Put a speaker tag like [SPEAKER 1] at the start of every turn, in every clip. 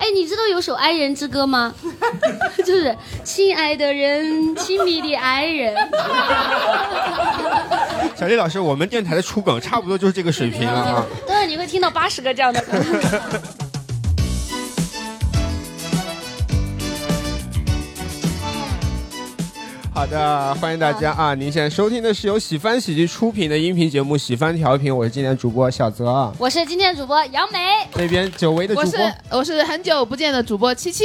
[SPEAKER 1] 哎知道有首爱人之歌 吗？就是亲爱的人，亲密的爱人。
[SPEAKER 2] 啊小丽老师，我们电台的出梗差不多就是这个水平了啊。
[SPEAKER 3] 嗯
[SPEAKER 1] 当然你会听到八十个这样的。
[SPEAKER 2] 好的，欢迎大家啊！
[SPEAKER 3] 嗯
[SPEAKER 2] 您现在收听的是由喜翻喜剧出品的音频节目《喜翻调频》，我是今天主播小泽，啊
[SPEAKER 1] 我是今天的主播杨梅，
[SPEAKER 2] 那边久违的主
[SPEAKER 4] 我
[SPEAKER 2] 播
[SPEAKER 4] 是。我是很久不见的主播七七，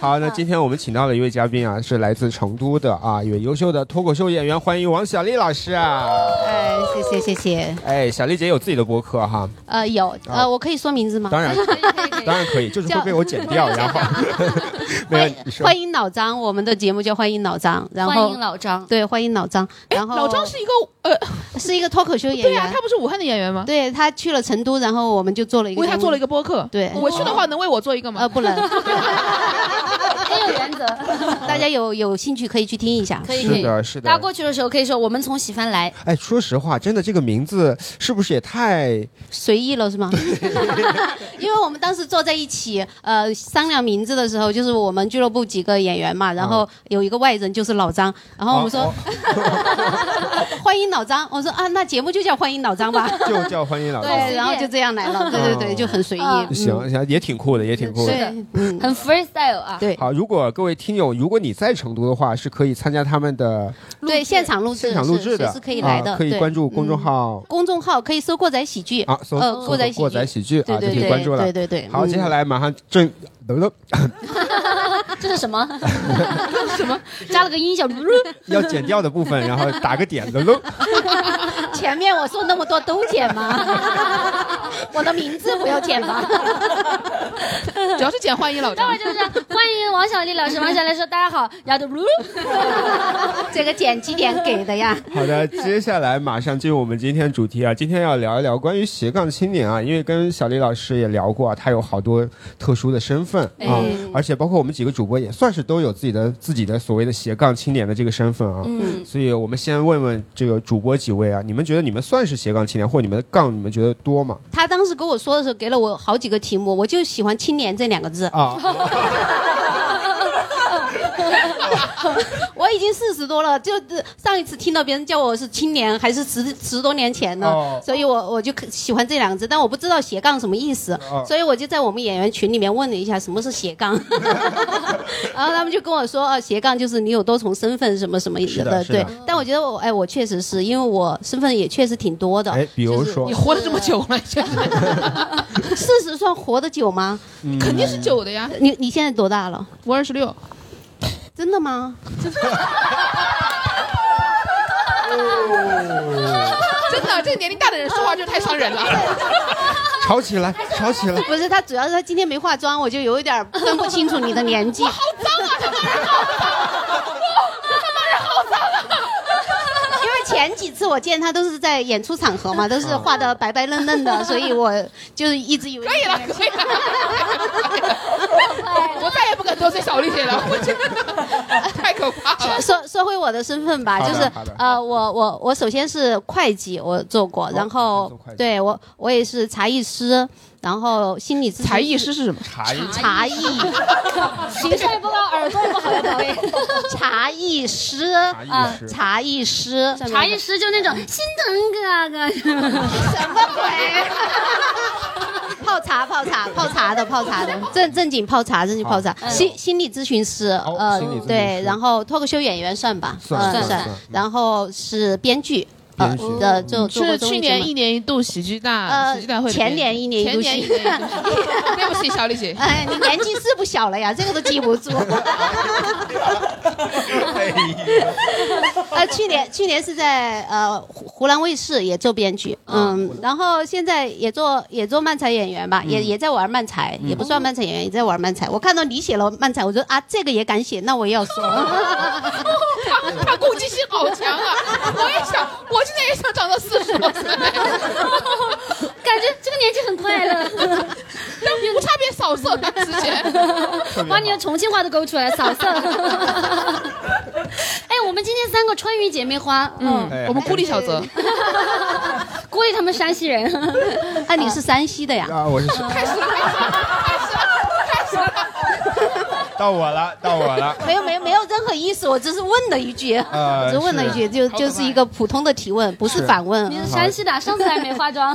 [SPEAKER 2] 好，那今天我们请到了一位嘉宾啊，是来自成都的啊，一位优秀的脱口秀演员，欢迎王小丽老师啊！
[SPEAKER 3] 哎，谢谢谢谢。
[SPEAKER 2] 哎，小丽姐有自己的博客哈，
[SPEAKER 3] 呃，有
[SPEAKER 2] 啊
[SPEAKER 3] 呃，我可以说名字吗？
[SPEAKER 2] 当然当然可以，就是会被我剪掉，然后 没有你说
[SPEAKER 3] 欢迎老张，我们的节目叫欢迎老张，然
[SPEAKER 1] 欢迎
[SPEAKER 3] 后
[SPEAKER 1] 老张。
[SPEAKER 3] 对欢迎老张，
[SPEAKER 4] 哎，
[SPEAKER 3] 然后
[SPEAKER 4] 老张是一个 呃，
[SPEAKER 3] 是一个脱口秀演
[SPEAKER 4] 对呀、
[SPEAKER 3] 员
[SPEAKER 4] 他，不是武汉的演员吗？
[SPEAKER 3] 对他去了成都，然后我们就做了一个
[SPEAKER 4] 为
[SPEAKER 3] 节目，
[SPEAKER 4] 他做了一个播客。
[SPEAKER 3] 对
[SPEAKER 4] 我去的话能为我做一个吗？
[SPEAKER 3] 呃 不能，
[SPEAKER 1] 很有原则。
[SPEAKER 3] 大家有有兴趣可以去听一下，
[SPEAKER 1] 可以可
[SPEAKER 2] 是
[SPEAKER 1] 以，
[SPEAKER 2] 的，是
[SPEAKER 1] 大家
[SPEAKER 2] 的。
[SPEAKER 1] 过去的时候可以说我们从喜番来，
[SPEAKER 2] 哎，说实话，真的这个名字是不是也太……
[SPEAKER 3] 随意了是吗？ 因为我们当时坐在一起，呃，商量名字的时候，就是我们俱乐部几个演员嘛，然后有一个外人就是老张，然后我们说、
[SPEAKER 2] 嗯哦
[SPEAKER 3] 欢迎老张，我说啊，那节目就叫欢迎老张吧。
[SPEAKER 2] 哦就叫欢迎老师。
[SPEAKER 1] 对
[SPEAKER 3] 对，然后就这样来了，对对对，就很随意。
[SPEAKER 1] 嗯
[SPEAKER 2] 行行，也挺酷的，也挺酷的。
[SPEAKER 3] 对，嗯，
[SPEAKER 1] 很 freestyle 啊。
[SPEAKER 3] 对
[SPEAKER 2] 好，如果各位听友，如果你在成都的话，是可以参加他们的
[SPEAKER 3] 对，现场录制，
[SPEAKER 2] 现场录制
[SPEAKER 3] 是
[SPEAKER 2] 的，
[SPEAKER 3] 随时可以来的，
[SPEAKER 2] 啊可以
[SPEAKER 3] 对
[SPEAKER 2] 关注公众。
[SPEAKER 3] 嗯
[SPEAKER 2] 号
[SPEAKER 3] 公众号可以搜“过载喜剧”，
[SPEAKER 2] 啊，搜
[SPEAKER 3] 呃
[SPEAKER 2] 搜
[SPEAKER 3] 过载
[SPEAKER 2] 过载
[SPEAKER 3] 喜剧
[SPEAKER 2] 喜剧
[SPEAKER 3] 对
[SPEAKER 2] 啊，就
[SPEAKER 3] 对
[SPEAKER 2] 可以
[SPEAKER 3] 对，
[SPEAKER 2] 关注了
[SPEAKER 3] 对。对对。
[SPEAKER 2] 好，接下
[SPEAKER 3] 来
[SPEAKER 2] 来马上正 等等
[SPEAKER 1] 这是什 么？什么？加了个音效，
[SPEAKER 2] 要剪掉的部分，然后打个点 等等。
[SPEAKER 3] 前面我说那么多都剪吗？我的名字不要剪吗？
[SPEAKER 4] 主要是剪欢迎老
[SPEAKER 1] 待会
[SPEAKER 4] 张
[SPEAKER 1] 儿。就是欢迎王小丽老师。王小丽说：“大家好。”然后就，
[SPEAKER 3] 这个剪辑点给的呀。
[SPEAKER 2] 好的，接下来马上进入我们今天主题啊，今天要聊一聊关于斜杠青年啊，因为跟小李老师也聊过啊，他有好多特殊的身份啊，
[SPEAKER 1] 哎
[SPEAKER 2] 而且包括我们几个主播也算是都有自己的自己的所谓的斜杠青年的这个身份啊，
[SPEAKER 1] 嗯，
[SPEAKER 2] 所以我们先问问这个主播几位啊，你们觉得你们算是斜杠青年，或者你们的杠你们觉得多吗？
[SPEAKER 3] 他当时跟我说的时候，给了我好几个题目，我就喜欢“青年”这两个字。
[SPEAKER 2] 啊，
[SPEAKER 3] 我已经四十多了，就是上一次听到别人叫我是青年，还是十十多年前呢，
[SPEAKER 2] 哦
[SPEAKER 3] 所以我我就可喜欢这两个字，但我不知道斜杠什么意思，
[SPEAKER 2] 哦
[SPEAKER 3] 所以我就在我们演员群里面问了一下什么是斜 杠，然后他们就跟我说，哦，斜杠就是你有多重身份什么什么
[SPEAKER 2] 是的是的
[SPEAKER 3] 对。但我觉得我哎，我确实是因为我身份也确实挺多的，
[SPEAKER 2] 哎，比如
[SPEAKER 3] 就是
[SPEAKER 2] 说
[SPEAKER 4] 你活了这么久了， 真是
[SPEAKER 3] 四十算活得久吗？
[SPEAKER 2] 嗯
[SPEAKER 4] 肯定是久的呀。
[SPEAKER 3] 你你现在多大了？
[SPEAKER 4] 我二十六，
[SPEAKER 3] 真的吗？
[SPEAKER 4] 真的，这个年龄大的人说话就是太伤人了。
[SPEAKER 2] 吵起来，吵起来。
[SPEAKER 3] 不是，他主要是他今天没化妆，我就有一点儿分不清楚你的年 纪。因为前几次我见他都是在演出场合嘛，都是画的白白嫩嫩的，所以我就是一直以为
[SPEAKER 4] 可以了，可以了， 我再也不敢得罪小丽姐了， 我真的太可怕了。
[SPEAKER 3] 说说回我的身份吧，
[SPEAKER 2] 好的
[SPEAKER 3] 就是
[SPEAKER 2] 好的哦
[SPEAKER 3] 呃，我我我首先是会计，我做过，然后
[SPEAKER 2] 做会计
[SPEAKER 3] 对我我也是茶艺师，然后心理咨询
[SPEAKER 4] 才艺师是什么？
[SPEAKER 2] 茶艺
[SPEAKER 3] 茶艺
[SPEAKER 1] 情商也不高，耳朵也不好，要宝贝。
[SPEAKER 3] 茶艺师啊
[SPEAKER 2] 茶艺师
[SPEAKER 3] 茶艺师
[SPEAKER 1] 茶艺师就那 种心疼哥哥，
[SPEAKER 3] 什么鬼？泡茶，泡茶，泡茶的，泡 茶的，正正经泡茶，正经泡
[SPEAKER 4] 嗯
[SPEAKER 3] 茶。心心理咨询师，
[SPEAKER 2] 哦
[SPEAKER 3] 呃
[SPEAKER 2] 心理咨询，
[SPEAKER 3] 对，
[SPEAKER 2] 师
[SPEAKER 3] 然后脱口秀演员算吧，
[SPEAKER 2] 算
[SPEAKER 3] 嗯
[SPEAKER 2] 算
[SPEAKER 3] 算
[SPEAKER 2] 算。
[SPEAKER 3] 然后是编剧，呃
[SPEAKER 2] 编剧
[SPEAKER 3] 的，就做过
[SPEAKER 4] 嗯是
[SPEAKER 3] 综艺
[SPEAKER 4] 去
[SPEAKER 3] 节
[SPEAKER 4] 年
[SPEAKER 3] 目
[SPEAKER 4] 一年一度喜剧大
[SPEAKER 3] 呃
[SPEAKER 4] 喜剧大会的
[SPEAKER 3] 前
[SPEAKER 4] 那个
[SPEAKER 3] 年一年一度
[SPEAKER 4] 前年一
[SPEAKER 3] 喜剧
[SPEAKER 4] 年一度。 对不起，小丽姐，
[SPEAKER 3] 哎，你年纪是不小了呀，这个都记不住。 呃，去年去年是在呃湖湖南卫视也做编剧，
[SPEAKER 4] 哦
[SPEAKER 3] 嗯，然后现在也做也做漫才演员吧，
[SPEAKER 4] 嗯
[SPEAKER 3] 也也在玩漫才，也不算漫才演员，也在玩漫才。我看到你写了漫才，我说啊，这个也敢写，那我也 要说。
[SPEAKER 4] 她她攻击性好强啊！我也想，我现在也想长到四十多岁，
[SPEAKER 1] 感觉这个年纪很快乐，
[SPEAKER 4] 但无差别扫射她之前。
[SPEAKER 1] 把你的重庆话都勾出来，扫 射。哎，我们今天三个川渝姐妹花，嗯，哎
[SPEAKER 2] 哎
[SPEAKER 4] 我们孤立小泽，
[SPEAKER 1] 估计他们山西人。
[SPEAKER 3] 啊，你是山西的呀？
[SPEAKER 2] 啊，我是
[SPEAKER 4] 开始开始开始
[SPEAKER 2] 到我了，到我了。
[SPEAKER 3] 没有没有没有任何意思，我只是问了一句，
[SPEAKER 2] 呃
[SPEAKER 4] 啊
[SPEAKER 3] 我只问了一句，就
[SPEAKER 4] 好可怕
[SPEAKER 3] 就是一个普通的提问，不是
[SPEAKER 2] 是
[SPEAKER 3] 反问
[SPEAKER 1] 你。是山西的，上次还没化妆。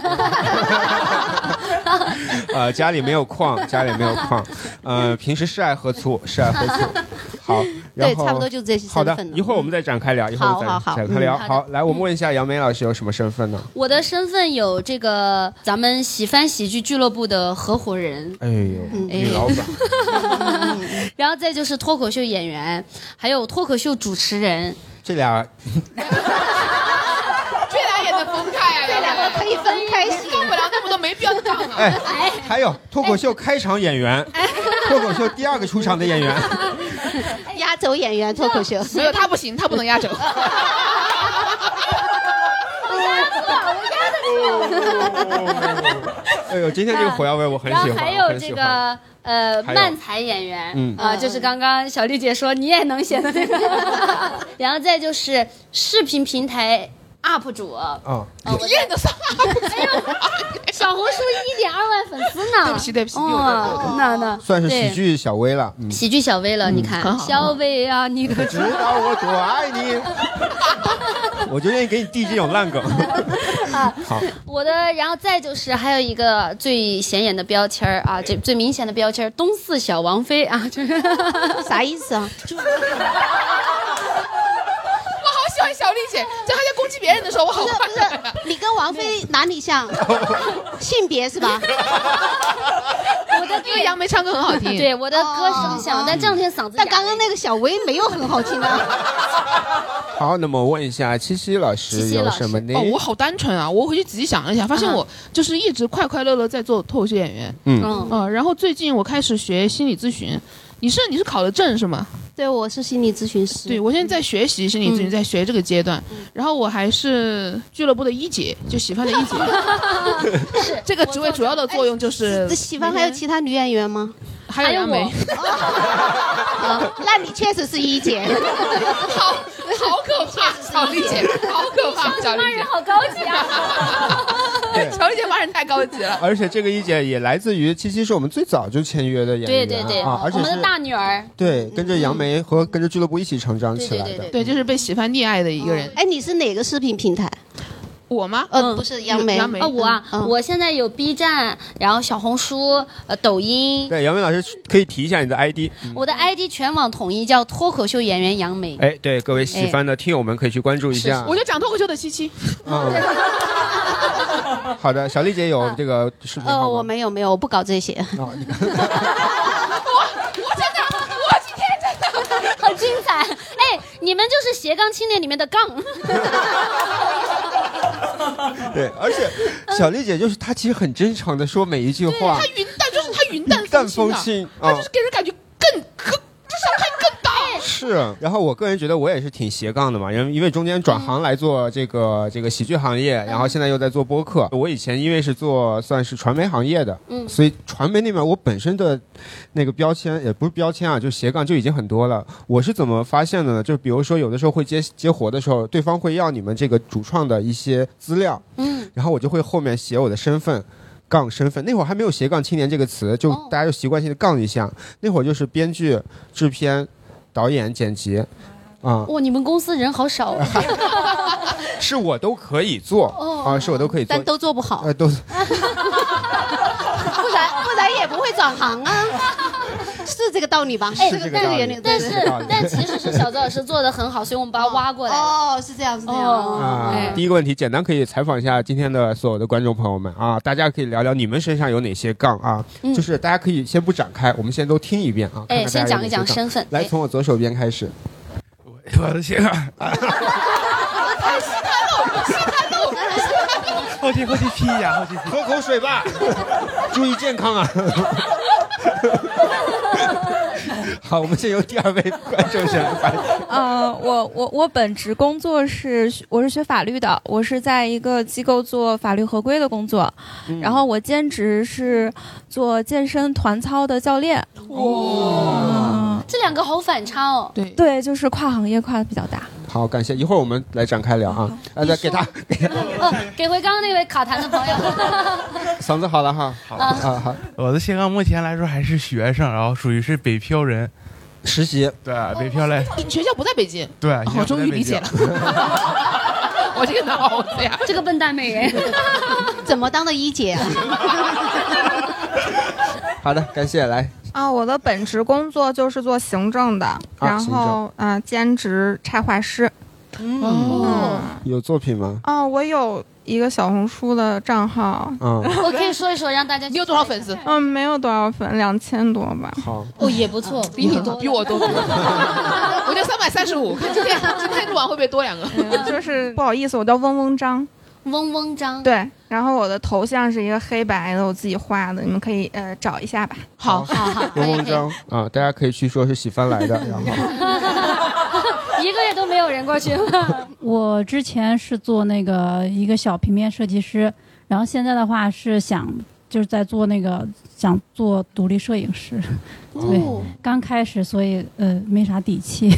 [SPEAKER 2] 呃，家里没有矿，家里没有矿。呃，平时是爱喝醋，是爱喝醋。 好，然
[SPEAKER 3] 对，
[SPEAKER 2] 后
[SPEAKER 3] 差不多就这些
[SPEAKER 2] 好
[SPEAKER 3] 身
[SPEAKER 2] 的
[SPEAKER 3] 份，了。
[SPEAKER 2] 一会儿我们再展开聊，一会儿我们
[SPEAKER 3] 好好好
[SPEAKER 2] 再展开聊。
[SPEAKER 1] 嗯
[SPEAKER 2] 好，来，我们问一下杨梅老师有什么身份呢？
[SPEAKER 1] 我的身份有这个咱们喜翻喜剧俱乐部的合伙人，
[SPEAKER 2] 哎呦，
[SPEAKER 1] 嗯
[SPEAKER 2] 女老板，
[SPEAKER 1] 然后再就是脱口秀演员，还有脱口秀主持人。
[SPEAKER 2] 这俩
[SPEAKER 4] 这俩也能分开啊，这
[SPEAKER 3] 两个可以分开写。
[SPEAKER 4] 干不了那么多没必要的杠啊。
[SPEAKER 2] 哎，还有脱口秀开场演 员，
[SPEAKER 1] 哎
[SPEAKER 2] 脱口秀第二个出场的演员，
[SPEAKER 3] 压轴演员脱口秀，
[SPEAKER 4] 没有他不行，他不能压轴。
[SPEAKER 2] 哎呦，今天这个火药味我很
[SPEAKER 1] 然
[SPEAKER 2] 喜
[SPEAKER 1] 后
[SPEAKER 2] 欢，
[SPEAKER 1] 还
[SPEAKER 2] 我
[SPEAKER 1] 有
[SPEAKER 2] 很喜
[SPEAKER 1] 这
[SPEAKER 2] 欢
[SPEAKER 1] 个呃
[SPEAKER 2] 还有
[SPEAKER 1] 漫才演员，
[SPEAKER 2] 嗯
[SPEAKER 1] 啊、就是刚刚小丽姐说你也能写的那个， 然后再就是视频平台 UP 主，
[SPEAKER 2] 啊，
[SPEAKER 4] 你也能上。
[SPEAKER 1] 小红书一点二万粉丝呢，对
[SPEAKER 4] 不起对不起比我多
[SPEAKER 1] 哦，那那
[SPEAKER 2] 算是
[SPEAKER 1] 对
[SPEAKER 2] 喜剧小薇了。嗯，
[SPEAKER 1] 喜剧小薇了，你看
[SPEAKER 4] 很好
[SPEAKER 1] 小薇啊，你 可
[SPEAKER 2] 知道我多爱 你，我就愿意给你递这种烂梗。好，
[SPEAKER 1] 啊我的，然后再就是还有一个最显眼的标签儿啊，这最明显的标签儿，东四小王妃啊， 就是。
[SPEAKER 3] 啥意思啊？
[SPEAKER 4] 我好喜欢小丽姐，在她在攻击别人的时候，我好
[SPEAKER 3] 不是
[SPEAKER 4] 快
[SPEAKER 3] 不
[SPEAKER 4] 乐
[SPEAKER 3] 是
[SPEAKER 4] 呀。，
[SPEAKER 3] 你跟王菲哪里像？性别是吧？
[SPEAKER 4] 我的因为杨梅唱歌很好听，
[SPEAKER 1] 对，我的歌声响，但这两天嗓子
[SPEAKER 3] 哦但
[SPEAKER 1] 哑。
[SPEAKER 3] 刚刚那个小薇没有很好听啊。
[SPEAKER 2] 好，那么问一下七七老
[SPEAKER 1] 七
[SPEAKER 2] 师
[SPEAKER 1] 七
[SPEAKER 2] 有
[SPEAKER 1] 老师
[SPEAKER 2] 什么呢
[SPEAKER 4] 哦，？我好单纯啊！我回去仔细想了一下，发现
[SPEAKER 3] 嗯
[SPEAKER 1] 啊
[SPEAKER 4] 我就是一直快快乐乐在做脱口秀演员，
[SPEAKER 2] 嗯，
[SPEAKER 1] 嗯，
[SPEAKER 4] 嗯，然后最近我开始学心理咨询。你是你是考了证是吗？
[SPEAKER 3] 对，我是心理咨询师。嗯
[SPEAKER 4] 对，我现在在学习心理咨询，在学这个阶段。然后我还是俱乐部的一姐，就喜欢的一姐。 这个职位主要的作用就是
[SPEAKER 3] 这哎喜欢还有其他女演员吗？
[SPEAKER 4] 还有杨梅
[SPEAKER 1] 还有，
[SPEAKER 3] 啊，那你确实是一 姐。
[SPEAKER 4] 好好可怕，小丽姐，好可怕，小丽
[SPEAKER 1] 骂
[SPEAKER 4] 姐
[SPEAKER 1] 人，好高级啊！
[SPEAKER 2] 对
[SPEAKER 4] 小丽姐骂人太高级啊了。
[SPEAKER 2] 而且这个一姐也来自于七七，是我们最早就签约的演
[SPEAKER 1] 对
[SPEAKER 2] 员，
[SPEAKER 1] 对对，
[SPEAKER 2] 啊，而
[SPEAKER 1] 我
[SPEAKER 2] 且
[SPEAKER 1] 们
[SPEAKER 2] 是
[SPEAKER 1] 的大女儿，
[SPEAKER 2] 对跟着杨梅和跟着俱乐部一起成长
[SPEAKER 1] 对
[SPEAKER 2] 起
[SPEAKER 1] 对
[SPEAKER 2] 来
[SPEAKER 1] 对
[SPEAKER 2] 的。
[SPEAKER 1] 对，
[SPEAKER 4] 对，就是被喜欢溺爱的一个人。
[SPEAKER 3] 哎，你是哪个视频平台？
[SPEAKER 4] 我吗？
[SPEAKER 3] 呃，不是杨梅。
[SPEAKER 4] 杨梅
[SPEAKER 2] 哦
[SPEAKER 1] 啊，我啊
[SPEAKER 3] 嗯，
[SPEAKER 1] 我现在有 B 站，然后小红书、呃抖音，
[SPEAKER 2] 对，杨梅老师可以提一下你的 ID。
[SPEAKER 1] 我的 ID 全网统一叫脱口秀演员杨梅。
[SPEAKER 2] 哎，对，各位喜欢的听友们可以去关注一下。
[SPEAKER 4] 我就讲脱口秀的七七，
[SPEAKER 2] 嗯，好的，小丽姐有这
[SPEAKER 1] 啊
[SPEAKER 2] 个视频号吗？
[SPEAKER 1] 哦
[SPEAKER 3] 呃，我没有没有，我不搞这些。
[SPEAKER 2] 啊，你看
[SPEAKER 4] 我真的，我今天真的。
[SPEAKER 1] 好精彩！哎，你们就是斜杠青年里面的杠，呃
[SPEAKER 2] 对，而且小丽姐就是她，其实很真诚的说每一句话
[SPEAKER 4] 他，云淡就是他云淡
[SPEAKER 2] 云淡
[SPEAKER 4] 风
[SPEAKER 2] 风
[SPEAKER 4] 轻
[SPEAKER 2] 轻
[SPEAKER 4] 啊，他
[SPEAKER 2] 啊
[SPEAKER 4] 就，是给人感觉更更就伤害更大。
[SPEAKER 1] 嗯
[SPEAKER 2] 是。然后我个人觉得我也是挺斜杠的嘛，因为因为中间转行来做这个这个喜剧行业，
[SPEAKER 1] 嗯
[SPEAKER 2] 然后现在又在做播客。我以前因为是做算是传媒行业的，
[SPEAKER 1] 嗯
[SPEAKER 2] 所以呃传媒那边我本身的那个标签也不是标签啊，就斜杠就已经很多了。我是怎么发现的呢？就比如说有的时候会接接活的时候，对方会要你们这个主创的一些资料，
[SPEAKER 1] 嗯，
[SPEAKER 2] 然后我就会后面写我的身份。杠身份那会儿还没有斜杠青年这个词，就
[SPEAKER 1] 哦
[SPEAKER 2] 大家就习惯性的杠一下。那会儿就是编剧、制片、导演、剪辑，啊、
[SPEAKER 1] 哇，你们公司人好少啊。
[SPEAKER 2] 是我都可以做，啊、
[SPEAKER 1] 哦
[SPEAKER 2] 是我都可以做
[SPEAKER 3] 但，都做不好，
[SPEAKER 2] 呃，都
[SPEAKER 3] 不然不然也不会转行啊，是这个道理吧？
[SPEAKER 2] 是这个道理
[SPEAKER 3] 原理，
[SPEAKER 1] 哎但
[SPEAKER 3] 对
[SPEAKER 1] 是
[SPEAKER 3] 对对
[SPEAKER 2] 道理
[SPEAKER 1] 但其实是小泽老师做的很好，所以我们把他挖过来了。
[SPEAKER 3] 哦，是这样，是这样。
[SPEAKER 1] 哦
[SPEAKER 3] 哦
[SPEAKER 2] 啊、
[SPEAKER 1] 哎
[SPEAKER 2] 第一个问题，简单可以采访一下今天的所有的观众朋友们啊，大家可以聊聊你们身上有哪些杠啊，就是大家可以先不展开，我们先都听一遍啊，
[SPEAKER 1] 嗯
[SPEAKER 2] 看
[SPEAKER 1] 哎，
[SPEAKER 2] 看大
[SPEAKER 1] 先讲
[SPEAKER 2] 家有哪
[SPEAKER 1] 一
[SPEAKER 2] 些
[SPEAKER 1] 讲
[SPEAKER 2] 杠
[SPEAKER 1] 身份。
[SPEAKER 2] 来，
[SPEAKER 1] 哎
[SPEAKER 2] 从我左手边开始。我的天啊！
[SPEAKER 5] 后天后天劈呀，后天劈。
[SPEAKER 2] 喝口水吧， 注意健康啊。 好，我们先由第二位观众先来。
[SPEAKER 6] 呃，我我我本职工作是我是学法律的，我是在一个机构做法律合规的工作，然后我兼职是做健身团操的教练。哦，
[SPEAKER 1] 这两个好反差哦。
[SPEAKER 4] 对对，
[SPEAKER 6] 对，就是跨行业跨的比较大。
[SPEAKER 2] 好，感谢。一会儿我们来展开聊啊。啊，再给他
[SPEAKER 1] 哦，给回刚刚那位卡痰的朋友。
[SPEAKER 2] 嗓 子好了哈。好啊，好。
[SPEAKER 5] 我的斜杠目前来说还是学生，然后属于是北漂人，
[SPEAKER 2] 实习，
[SPEAKER 5] 对，北漂嘞，
[SPEAKER 4] 你学校不在北京，
[SPEAKER 5] 对，以
[SPEAKER 4] 我
[SPEAKER 5] 前不
[SPEAKER 4] 哦终
[SPEAKER 5] 在
[SPEAKER 4] 于
[SPEAKER 5] 北
[SPEAKER 4] 理解
[SPEAKER 5] 京
[SPEAKER 4] 了。我这个脑子呀，
[SPEAKER 1] 这个笨蛋哎美人，
[SPEAKER 3] 怎么当的一姐啊？
[SPEAKER 2] 好的，感谢来，
[SPEAKER 7] 啊，我的本职工作就是做行政的，然
[SPEAKER 2] 行
[SPEAKER 7] 后啊、呃兼职插画师。
[SPEAKER 4] 哦，
[SPEAKER 2] 有作品吗？
[SPEAKER 7] 哦，我有一个小红书的账 号，
[SPEAKER 2] 嗯，
[SPEAKER 1] 我可以说一说，让大家
[SPEAKER 4] 哦你有多少粉丝？
[SPEAKER 7] 嗯，没有多少粉，两千多吧。
[SPEAKER 2] 好，
[SPEAKER 1] 哦，也不错，比你多，
[SPEAKER 4] 比我多， 比我多我就三百三十五。今天今天录完会不会多两个？
[SPEAKER 7] 就是不好意思，我叫翁翁张。
[SPEAKER 1] 嗡嗡张。
[SPEAKER 7] 对，然后我的头像是一个黑白的，我自己画的，你们可以呃找一下吧。
[SPEAKER 4] 好，
[SPEAKER 1] 好好， 可
[SPEAKER 2] 有
[SPEAKER 1] 以
[SPEAKER 2] 文
[SPEAKER 1] 可
[SPEAKER 2] 章啊，大家可以去说是喜欢来 的，然后
[SPEAKER 1] 以， 一个月都没有人过去了。
[SPEAKER 8] 我之前是做那个一个小平面设计师，然后现在的话是想就是在做那个想做独立摄影师，
[SPEAKER 1] 哦
[SPEAKER 8] 对，刚开始所以呃没啥底气。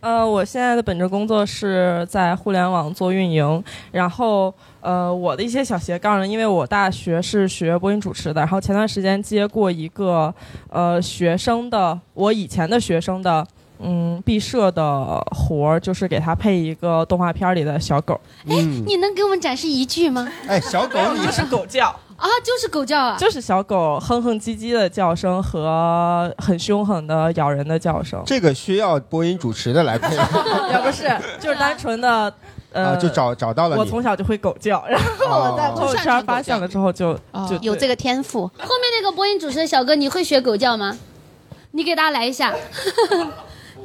[SPEAKER 9] 呃，我现在的本职工作是在互联网做运营，然后呃，我的一些小斜杠呢，因为我大学是学播音主持的，然后前段时间接过一个呃学生的，我以前的学生的。嗯，毕设的活儿就是给他配一个动画片儿里的小狗，
[SPEAKER 2] 嗯，
[SPEAKER 1] 哎你能给我们展示一句吗？
[SPEAKER 2] 哎，小狗你，
[SPEAKER 9] 就是狗叫，
[SPEAKER 1] 啊，就是狗叫啊，
[SPEAKER 9] 就是小狗哼哼唧唧的叫声和很凶狠的咬人的叫声
[SPEAKER 2] 这个需要播音主持的 来配哎
[SPEAKER 9] 要不是就是单纯的呃、
[SPEAKER 2] 啊，就找找到了你，
[SPEAKER 9] 我从小就会狗叫，然后
[SPEAKER 2] 哦
[SPEAKER 9] 朋友圈发现了之后就
[SPEAKER 4] 哦
[SPEAKER 9] 就
[SPEAKER 3] 有这个天赋，
[SPEAKER 1] 后面那个播音主持的小哥，你会学狗叫吗？你给大家来一下，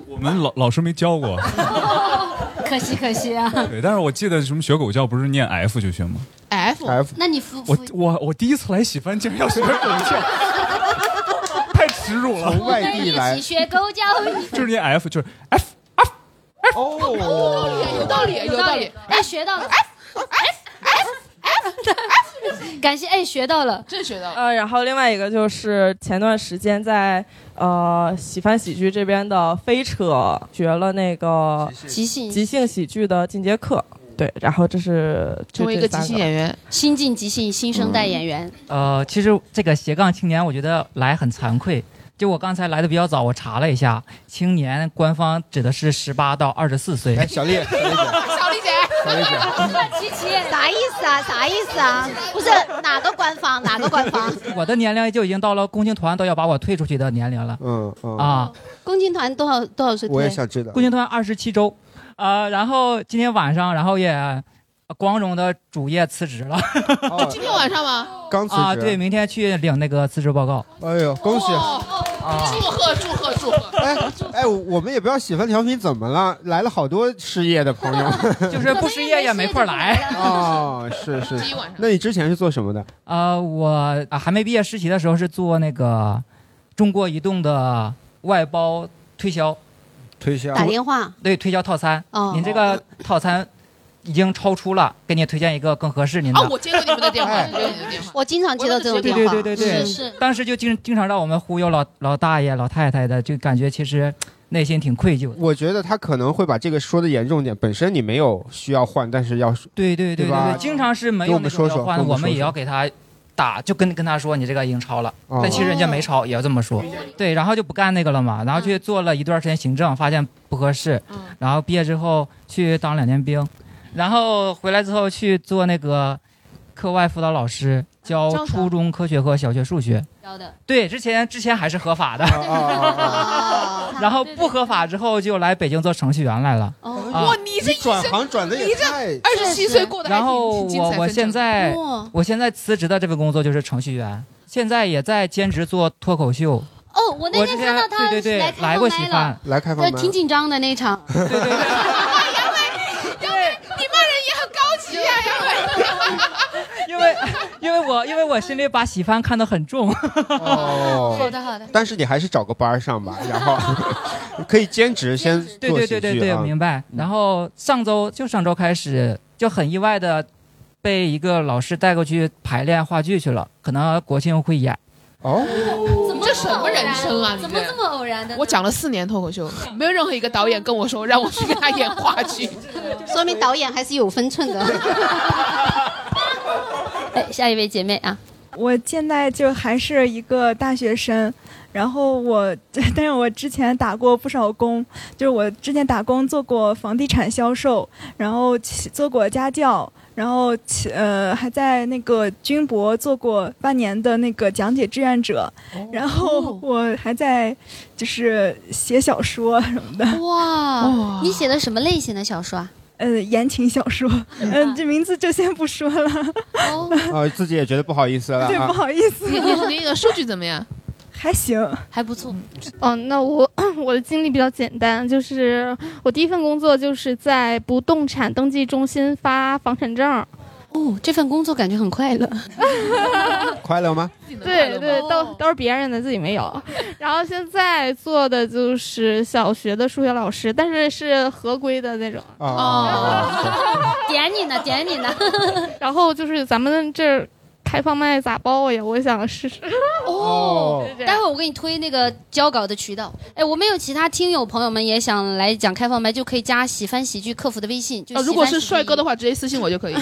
[SPEAKER 10] 我们老老师没教 过，
[SPEAKER 1] 可惜可惜啊。
[SPEAKER 10] 对，但是我记得什么学狗叫不是念 F 就学吗？
[SPEAKER 4] F
[SPEAKER 2] F
[SPEAKER 1] 那你服
[SPEAKER 10] 我
[SPEAKER 1] 服
[SPEAKER 10] 我我第一次来喜欢竟然要学狗 叫，太耻辱了。
[SPEAKER 2] 从外地
[SPEAKER 1] 我们一
[SPEAKER 2] 来
[SPEAKER 1] 起学狗叫，
[SPEAKER 10] 就是念 F 就是 F，
[SPEAKER 2] 哦，
[SPEAKER 4] 有道理，有道理。，
[SPEAKER 1] 哎，学到了。 感谢哎，学到了，
[SPEAKER 4] 真学到了。
[SPEAKER 9] 呃，然后另外一个就是前段时间在呃喜翻喜剧这边的飞车学了那个
[SPEAKER 1] 即兴
[SPEAKER 9] 即兴喜剧的进阶课，对，然后这是
[SPEAKER 4] 成为一个即
[SPEAKER 9] 即
[SPEAKER 4] 兴演员，
[SPEAKER 1] 新晋即兴新生代演员，
[SPEAKER 11] 呃，其实这个斜杠青年，我觉得来很惭愧。就我刚才来的比较早，我查了一下，青年官方指的是十八到二十四岁
[SPEAKER 2] 哎，。小丽，小丽姐，
[SPEAKER 4] 小丽姐，
[SPEAKER 2] 小丽姐，
[SPEAKER 1] 琪琪
[SPEAKER 3] 啥意思啊？啥意思啊？不是哪个官方？哪个官 方？
[SPEAKER 11] 我的年龄就已经到了共青团都要把我推出去的年龄了
[SPEAKER 2] 嗯嗯，
[SPEAKER 11] 啊！
[SPEAKER 3] 共青团多少多少岁？
[SPEAKER 2] 我也想知道
[SPEAKER 11] 共，青团二十七周，呃，然后今天晚上，然后也光荣的主业辞职了
[SPEAKER 2] 哦
[SPEAKER 4] 今天晚上吗？
[SPEAKER 2] 刚辞
[SPEAKER 11] 啊！
[SPEAKER 2] 职，
[SPEAKER 11] 对，，明天去领那个辞职报告。
[SPEAKER 2] 哎呦，恭喜！
[SPEAKER 4] 哦
[SPEAKER 11] 啊
[SPEAKER 4] 祝贺祝贺祝贺！
[SPEAKER 2] 哎哎，我们也不要喜欢调皮，怎么了？来了好多失业的朋 友
[SPEAKER 11] 就是不失业也没空来。
[SPEAKER 2] 哦，是是。
[SPEAKER 4] 第一晚上，
[SPEAKER 2] 那你之前是做什么的？
[SPEAKER 11] 呃，我啊还没毕业实习的时候是做那个中国移动的外包推销，
[SPEAKER 2] 推销
[SPEAKER 3] 打电话
[SPEAKER 11] 对推销套餐。
[SPEAKER 3] 哦
[SPEAKER 11] 您这个套餐已经超出了，给您推荐一个更合适您的。
[SPEAKER 4] 哦，我接过你们的电话，
[SPEAKER 2] 哎
[SPEAKER 4] 接过你们的电话。
[SPEAKER 3] 我经常接到这种
[SPEAKER 11] 对
[SPEAKER 3] 电
[SPEAKER 11] 对
[SPEAKER 3] 话，
[SPEAKER 11] 对对对，
[SPEAKER 1] 是是，
[SPEAKER 11] 当时就经经常让我们忽悠老老大爷、老太太的，就感觉其实内心挺愧疚的。
[SPEAKER 2] 我觉得他可能会把这个说的严重点，本身你没有需要换，但是要
[SPEAKER 11] 对对对
[SPEAKER 2] 对吧
[SPEAKER 11] 对，经常是没
[SPEAKER 2] 给我
[SPEAKER 11] 有
[SPEAKER 2] 们
[SPEAKER 11] 那种
[SPEAKER 2] 说说
[SPEAKER 11] 要换
[SPEAKER 2] 给
[SPEAKER 11] 的，
[SPEAKER 2] 我
[SPEAKER 11] 我
[SPEAKER 2] 们
[SPEAKER 11] 们也
[SPEAKER 2] 说说
[SPEAKER 11] 要给他打，就跟跟他说你这个已经超了。
[SPEAKER 2] 哦
[SPEAKER 11] 但其实人家没抄，也要这么说。对，然后就不干那个了嘛，然后去做了一段时间行政，发现不合适
[SPEAKER 4] 嗯，
[SPEAKER 11] 然后毕业之后去当两年兵，然后回来之后去做那个课外辅导老师，
[SPEAKER 4] 教
[SPEAKER 11] 教
[SPEAKER 4] 啥
[SPEAKER 11] 初中科学和小学数学。
[SPEAKER 1] 教的
[SPEAKER 11] 对，之前之前还是合法的，
[SPEAKER 2] 啊啊啊！
[SPEAKER 3] 哦
[SPEAKER 11] 然后不合法之后就来北京做程序员来了。
[SPEAKER 1] 哦，
[SPEAKER 11] 啊
[SPEAKER 4] 哇，你这
[SPEAKER 2] 你转行转的也太……
[SPEAKER 4] 二十七岁过得还
[SPEAKER 11] 然后
[SPEAKER 4] 挺挺精
[SPEAKER 11] 我
[SPEAKER 4] 彩。
[SPEAKER 11] 我
[SPEAKER 4] 真
[SPEAKER 11] 现
[SPEAKER 4] 正
[SPEAKER 11] 在
[SPEAKER 3] 哦
[SPEAKER 11] 我现在辞职的这份工作就是程序员，现在也在兼职做脱口秀。
[SPEAKER 1] 哦，我那
[SPEAKER 11] 我
[SPEAKER 1] 天
[SPEAKER 11] 之
[SPEAKER 1] 看
[SPEAKER 11] 前
[SPEAKER 1] 到他
[SPEAKER 11] 对对对
[SPEAKER 1] 来
[SPEAKER 11] 过
[SPEAKER 1] 开
[SPEAKER 11] 喜
[SPEAKER 1] 放麦
[SPEAKER 11] 欢
[SPEAKER 1] 了，，
[SPEAKER 2] 来开放
[SPEAKER 1] 呃，
[SPEAKER 2] 麦，
[SPEAKER 1] 挺紧张的那场，
[SPEAKER 11] 对对对。
[SPEAKER 4] 你骂人也很高级呀，杨伟。
[SPEAKER 11] 因为 因为我因为我心里把喜欢看得很重，
[SPEAKER 1] 好
[SPEAKER 2] 哦。
[SPEAKER 1] 的好的，
[SPEAKER 2] 但是你还是找个班儿上吧，然后可以兼职先做
[SPEAKER 11] 对对
[SPEAKER 2] 喜
[SPEAKER 11] 对对
[SPEAKER 2] 剧
[SPEAKER 11] 对，
[SPEAKER 2] 啊
[SPEAKER 11] 明白。然后上周就上周开始就很意外的被一个老师带过去排练话剧去了，可能国庆会演。
[SPEAKER 2] 哦，
[SPEAKER 1] 怎 么
[SPEAKER 4] 这什么人生啊
[SPEAKER 1] 偶然
[SPEAKER 4] 你这
[SPEAKER 1] 怎么这么偶然的呢？
[SPEAKER 4] 我讲了四年脱口 秀，没有任何一个导演跟我说让我去跟他演话剧。
[SPEAKER 3] 说 明导演还是有分寸的。
[SPEAKER 1] 哎，下一位姐妹啊，
[SPEAKER 12] 我现在就还是一个大学生，然后我，但是我之前打过不少工，就是我之前打工做过房地产销售，然后起做过家教，然后起呃还在那个军博做过半年的那个讲解志愿者，
[SPEAKER 1] 哦
[SPEAKER 12] 然后我还在就是写小说什么的。
[SPEAKER 1] 哇，你写的什么类型的小说啊？
[SPEAKER 12] 呃，言情小说，嗯、呃，这名字就先不说了。
[SPEAKER 2] 啊，自己也觉得不好意思了、啊。
[SPEAKER 12] 对，不好意思。
[SPEAKER 4] 你你那个 数据怎么样？
[SPEAKER 12] 还行，
[SPEAKER 1] 还不错。
[SPEAKER 13] 嗯、哦，那我 我的经历比较简单，就是我第一份工作就是在不动产登记中心发房产证。
[SPEAKER 1] 哦，这份工作感觉很快乐，
[SPEAKER 2] 快乐吗？
[SPEAKER 13] 对对，都
[SPEAKER 1] 哦
[SPEAKER 13] 都是别人的，自己没有。 然后现在做的就是小学的数学老师，但是是合规的那种。
[SPEAKER 1] 哦，点你呢，点你呢。
[SPEAKER 13] 然后就是咱们这开放麦咋报呀？我想试试。
[SPEAKER 1] 哦，待会儿我给你推那个交稿的渠道。哎，我们有其他听友朋友们也想来讲开放麦，就可以加喜翻喜剧客服的微信。就
[SPEAKER 4] 啊，如果是帅哥的话，直接私信我就可以。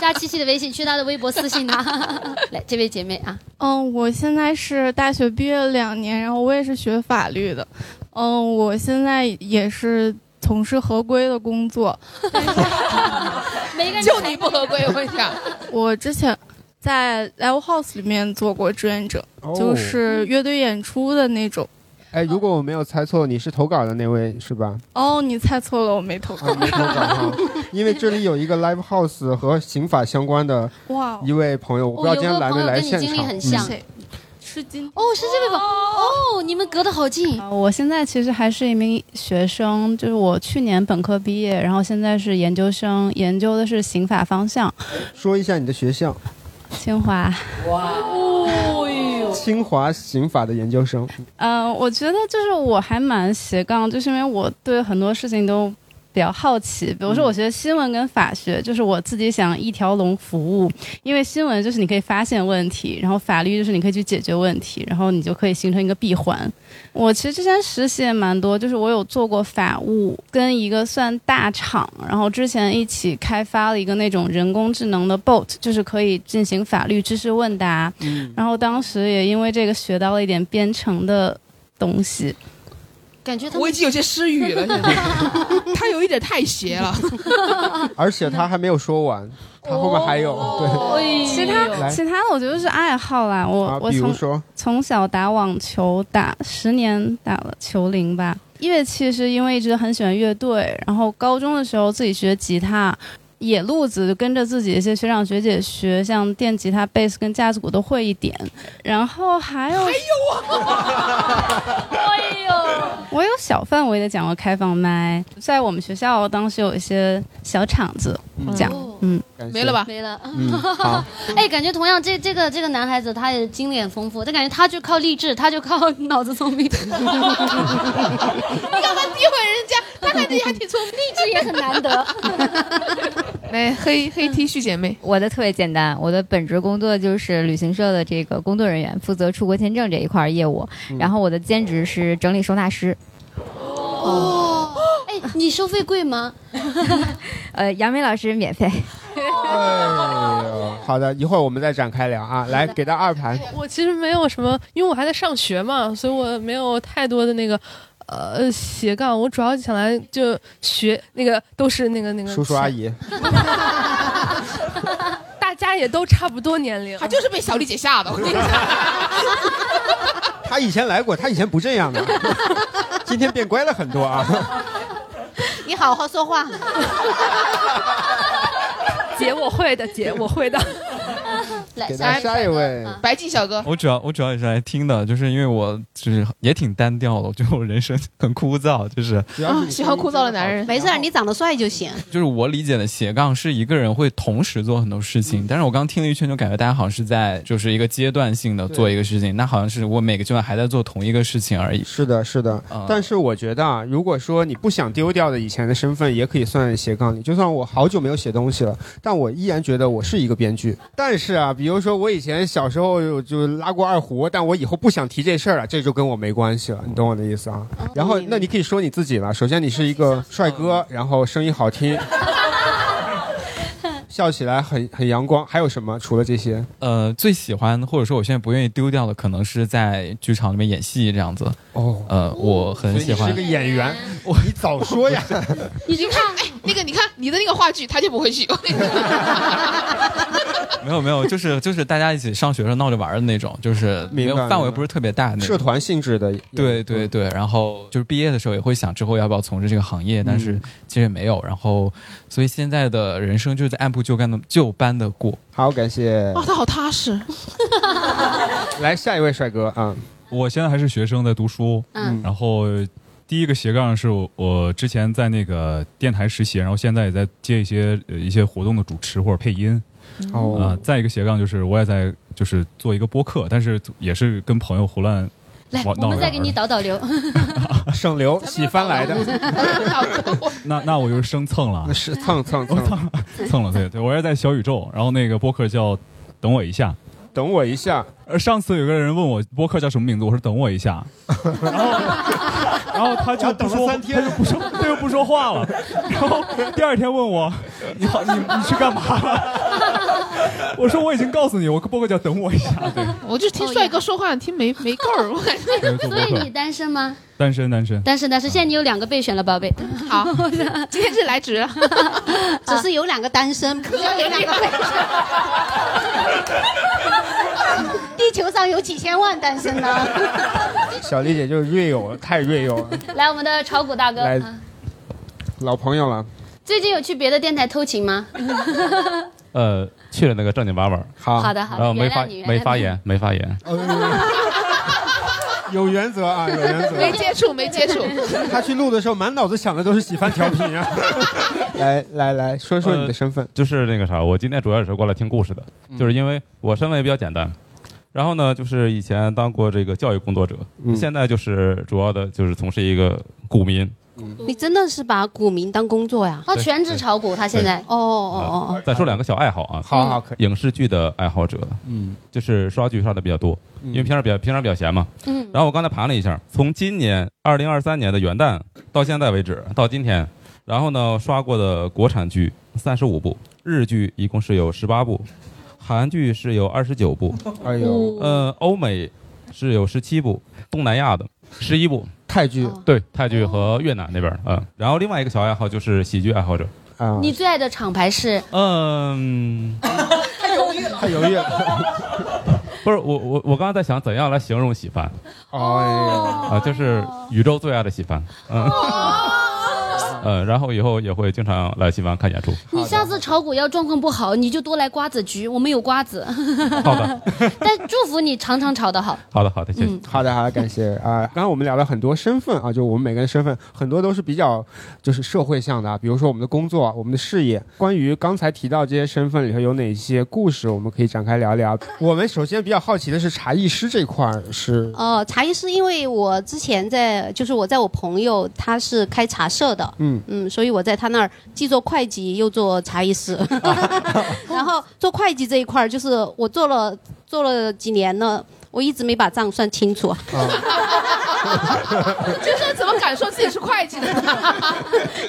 [SPEAKER 1] 加七七的微信，去他的微博私信他。来，这位姐妹啊，
[SPEAKER 14] 嗯，我现在是大学毕业两年，然后我也是学法律的，嗯，我现在也是从事合规的工作。
[SPEAKER 1] 每个人
[SPEAKER 4] 就你不合规，我跟你讲。
[SPEAKER 14] 我之前。在 Live House 里面做过志愿者，哦、就是乐队演出的那种。
[SPEAKER 2] 哎，如果我没有猜错，你是投稿的那位是吧？
[SPEAKER 14] 哦，你猜错了，我没投稿。
[SPEAKER 2] 啊、没投稿哈，因为这里有一个 Live House 和刑法相关的
[SPEAKER 14] 哇
[SPEAKER 2] 一位朋友，我不知道今天来没来现场。嗯
[SPEAKER 1] 经历很像，
[SPEAKER 14] 是金
[SPEAKER 1] 哦，是这位朋友哦，你们隔得好近、
[SPEAKER 15] 啊。我现在其实还是一名学生，就是我去年本科毕业，然后现在是研究生，研究的是刑法方向。
[SPEAKER 2] 说一下你的学校。
[SPEAKER 15] 清华，
[SPEAKER 11] 哇哦
[SPEAKER 2] 哟！清华刑法的研究生。
[SPEAKER 15] 嗯、呃，我觉得就是我还蛮斜杠，就是因为我对很多事情都比较好奇。比如说，我学新闻跟法学，嗯、就是我自己想一条龙服务，因为新闻就是你可以发现问题，然后法律就是你可以去解决问题，然后你就可以形成一个闭环。我其实之前实习也蛮多，就是我有做过法务，跟一个算大厂，然后之前一起开发了一个那种人工智能的 bot，就是可以进行法律知识问答。嗯，然后当时也因为这个学到了一点编程的东西。
[SPEAKER 1] 感觉
[SPEAKER 4] 我已经有些失语了， 他有一点太邪了，
[SPEAKER 2] 而且他还没有说完，他后面还有、哦、对啊
[SPEAKER 15] 其哎他其他的我觉得是爱好啦，我、啊、我从从小打网球打十年打了球龄吧，乐器是因为一直很喜欢乐队，然后高中的时候自己学吉他。野路子就跟着自己一些学长学姐学，像电吉他、贝斯跟架子鼓都会一点，然后还有
[SPEAKER 4] 还有啊，
[SPEAKER 1] 哦 哎呦，
[SPEAKER 15] 我有小范围的讲过开放麦，在我们学校当时有一些小场子讲，嗯，
[SPEAKER 2] 嗯
[SPEAKER 4] 没了吧？
[SPEAKER 1] 没了。
[SPEAKER 2] 嗯、好，
[SPEAKER 1] 哎，感觉同样这这个这个男孩子他也经历很丰富，但感觉他就靠励志，他就靠脑子聪明。你 干嘛
[SPEAKER 4] 诋毁人家？男孩子还挺聪明，
[SPEAKER 1] 励志也很难 得。
[SPEAKER 4] 来，黑黑 T 恤姐妹，
[SPEAKER 16] 嗯我的特别简单，我的本职工作就是旅行社的这个工作人员，负责出国签证这一块业务。嗯、然后我的兼职是整理收纳师。
[SPEAKER 1] 哦，哎，你收费贵吗？
[SPEAKER 16] 呃，杨梅老师免费。
[SPEAKER 2] 哎呦，好的，一会儿我们再展开聊啊。来，给到二盘。
[SPEAKER 17] 我其实没有什么，因为我还在上学嘛，所以我没有太多的那个。呃，斜杠，我主要想来就学那个，都是那个那个
[SPEAKER 2] 叔叔阿姨，
[SPEAKER 17] 大家也都差不多年龄。
[SPEAKER 4] 他就是被小丽姐吓的，我跟你讲。
[SPEAKER 2] 他以前来过，他以前不这样的， 今天变乖了很多啊。
[SPEAKER 3] 你好好说话。
[SPEAKER 17] 姐，我会的，姐，我 会的。
[SPEAKER 1] 来
[SPEAKER 2] 下一位，
[SPEAKER 4] 嗯白净小哥。
[SPEAKER 18] 我主要我主要也是来听的，就是因为我就是也挺单调的，我觉得我人生很枯燥，就是
[SPEAKER 4] 啊喜欢枯燥的男人。
[SPEAKER 3] 没事，你长得帅就行。
[SPEAKER 18] 就是我理解的斜杠是一个人会同时做很多事
[SPEAKER 2] 嗯
[SPEAKER 18] 情，但是我刚听了一圈，就感觉大家好像是在就是一个阶段性的做一个事情，那好像是我每个阶段还在做同一个事情而已。嗯
[SPEAKER 2] 是的，是的。但是我觉得啊，如果说你不想丢掉的以前的身份，也可以算斜杠。你就算我好久没有写东西了，但我依然觉得我是一个编剧。但是啊。比如说，我以前小时候就拉过二胡，但我以后不想提这事儿了，这就跟我没关系了，你懂我的意思啊？然后，那你可以说你自己了。首先，你是一个帅哥，然后声音好听。 笑起来很很阳光。还有什么？除了这些，
[SPEAKER 18] 呃，最喜欢或者说我现在不愿意丢掉的，可能是在剧场里面演戏这样子。
[SPEAKER 2] 哦，
[SPEAKER 18] 呃，我很喜欢。
[SPEAKER 2] 所以你是个演员，你早说呀！
[SPEAKER 4] 你去看，哎，那个你看你的那个话剧，他就不会去。
[SPEAKER 18] 没有没有，就是 就是大家一起上学时候闹着玩儿的那种，就是没有
[SPEAKER 2] 明白
[SPEAKER 18] 范围不是特别大的那种
[SPEAKER 2] 社团性质的，嗯
[SPEAKER 18] 对对对，然后就是毕业的时候也会想之后要不要从事这个行业，但
[SPEAKER 2] 嗯
[SPEAKER 18] 是其实也没有。然后，所以现在的人生就是在按部就班的就班的过。
[SPEAKER 2] 好，感谢
[SPEAKER 4] 哦，他好踏实。
[SPEAKER 2] 来下一位帅哥啊！
[SPEAKER 19] 我现在还是学生，在读书。
[SPEAKER 2] 嗯
[SPEAKER 19] 然后第一个斜杠是我我之前在那个电台实习，然后现在也在接一些呃一些活动的主持或者配音。
[SPEAKER 2] 哦
[SPEAKER 19] 啊、再一个斜杠就是我也在就是做一个播客，但是也是跟朋友胡乱
[SPEAKER 1] 来，
[SPEAKER 19] 玩
[SPEAKER 1] 我们再给
[SPEAKER 19] 闹着玩
[SPEAKER 1] 你导导 流。
[SPEAKER 2] 省流洗翻
[SPEAKER 4] 哎
[SPEAKER 2] 来的，
[SPEAKER 19] 那那我就是生蹭了，
[SPEAKER 2] 是蹭蹭
[SPEAKER 19] 蹭蹭了 蹭了，对对，我是在小宇宙，然后那个播客叫等我一下，
[SPEAKER 2] 等我一下。
[SPEAKER 19] 呃，上次有个人问我播客叫什么名字，我说等我一下， 然后他就不说，他就不说， 他就不说话了。然后第二天问我，你好，你你去干嘛了？我说我已经告诉你，我播客叫等我一下，对，
[SPEAKER 4] 我就听帅哥说话，听 没没够儿，我感觉。
[SPEAKER 19] 对做播
[SPEAKER 1] 所以你
[SPEAKER 19] 客，
[SPEAKER 1] 单身吗？
[SPEAKER 19] 单身单身，
[SPEAKER 1] 单身，单身。现在你有两个备选了，宝贝。
[SPEAKER 4] 好，今天是来值了，
[SPEAKER 3] 只是有两个单身，不是有两个备选。 地球上有几千万单身呢？
[SPEAKER 2] 小丽姐就是 real，太 real 了，
[SPEAKER 1] 来，我们的炒股大哥，
[SPEAKER 2] 来
[SPEAKER 1] 啊
[SPEAKER 2] 老朋友了。
[SPEAKER 1] 最近有去别的电台偷情 吗？
[SPEAKER 20] 呃，去了那个正经八本儿，
[SPEAKER 2] 好
[SPEAKER 1] 好的好的
[SPEAKER 20] 然后没
[SPEAKER 1] 原谅
[SPEAKER 20] 发
[SPEAKER 1] 你原谅
[SPEAKER 20] 没
[SPEAKER 1] 你
[SPEAKER 20] 发言，没发言。
[SPEAKER 2] 有原则啊，有原则。
[SPEAKER 4] 没接触，没接触。
[SPEAKER 2] 他去录的时候，满脑子想的都是喜欢调皮啊。 来来来，说说你的身份。
[SPEAKER 20] 呃
[SPEAKER 2] 嗯
[SPEAKER 20] 就是那个啥，我今天主要也是过来听故事的，就是因为我身份也比较简单。然后呢，就是以前当过这个教育工作者，
[SPEAKER 2] 嗯
[SPEAKER 20] 现在就是主要的就是从事一个股民，
[SPEAKER 3] 你真的是把股民当工作呀？
[SPEAKER 1] 哦，
[SPEAKER 20] 对
[SPEAKER 1] 全职炒股，他现在。哦哦哦哦。
[SPEAKER 20] 再说两个小爱好啊，
[SPEAKER 2] 好好可
[SPEAKER 20] 以。影视剧的爱好者，
[SPEAKER 2] 嗯，
[SPEAKER 20] 就是刷剧刷的比较多，因为平常比较平常比较闲嘛。
[SPEAKER 1] 嗯
[SPEAKER 20] 然后我刚才盘了一下，从今年二零二三年的元旦到现在为止，到今天，然后呢刷过的国产剧三十五部，日剧一共是有十八部，韩剧是有二十九部，
[SPEAKER 2] 哎
[SPEAKER 1] 哦
[SPEAKER 2] 呦
[SPEAKER 20] 呃，欧美是有十七部，东南亚的十一部，
[SPEAKER 2] 泰剧
[SPEAKER 1] 哦
[SPEAKER 20] 对泰剧和越南那边儿，嗯。然后另外一个小爱好就是喜剧爱好者，
[SPEAKER 2] 啊
[SPEAKER 1] 你最爱的厂牌是？
[SPEAKER 20] 嗯，
[SPEAKER 2] 太犹豫了。
[SPEAKER 20] 不是我我我刚刚在想怎样来形容喜番
[SPEAKER 2] 哦，
[SPEAKER 20] 啊，就是宇宙最爱的喜番，嗯，
[SPEAKER 1] 哦
[SPEAKER 20] 嗯，然后以后也会经常来喜番看演出。
[SPEAKER 1] 你下次炒股要状况不好，你就多来瓜子局，我们有瓜子。
[SPEAKER 20] 好的，
[SPEAKER 1] 但祝福你常常炒得好。
[SPEAKER 20] 好的好的，谢
[SPEAKER 4] 嗯
[SPEAKER 20] 谢。
[SPEAKER 2] 好的，好的，感谢啊、刚刚我们聊了很多身份啊，就我们每个人身份，很多都是比较就是社会向的啊，比如说我们的工作、我们的事业。关于刚才提到这些身份里头有哪些故事，我们可以展开聊聊。我们首先比较好奇的是茶艺师这块儿是
[SPEAKER 3] 哦，茶艺师，因为我之前在，就是我在我朋友他是开茶社的，
[SPEAKER 2] 嗯
[SPEAKER 3] 嗯，所以我在他那儿既做会计又做茶艺师， 然后做会计这一块儿，就是我做了做了几年呢，我一直没把账算清楚，
[SPEAKER 4] 就说怎么敢说自己是会计呢？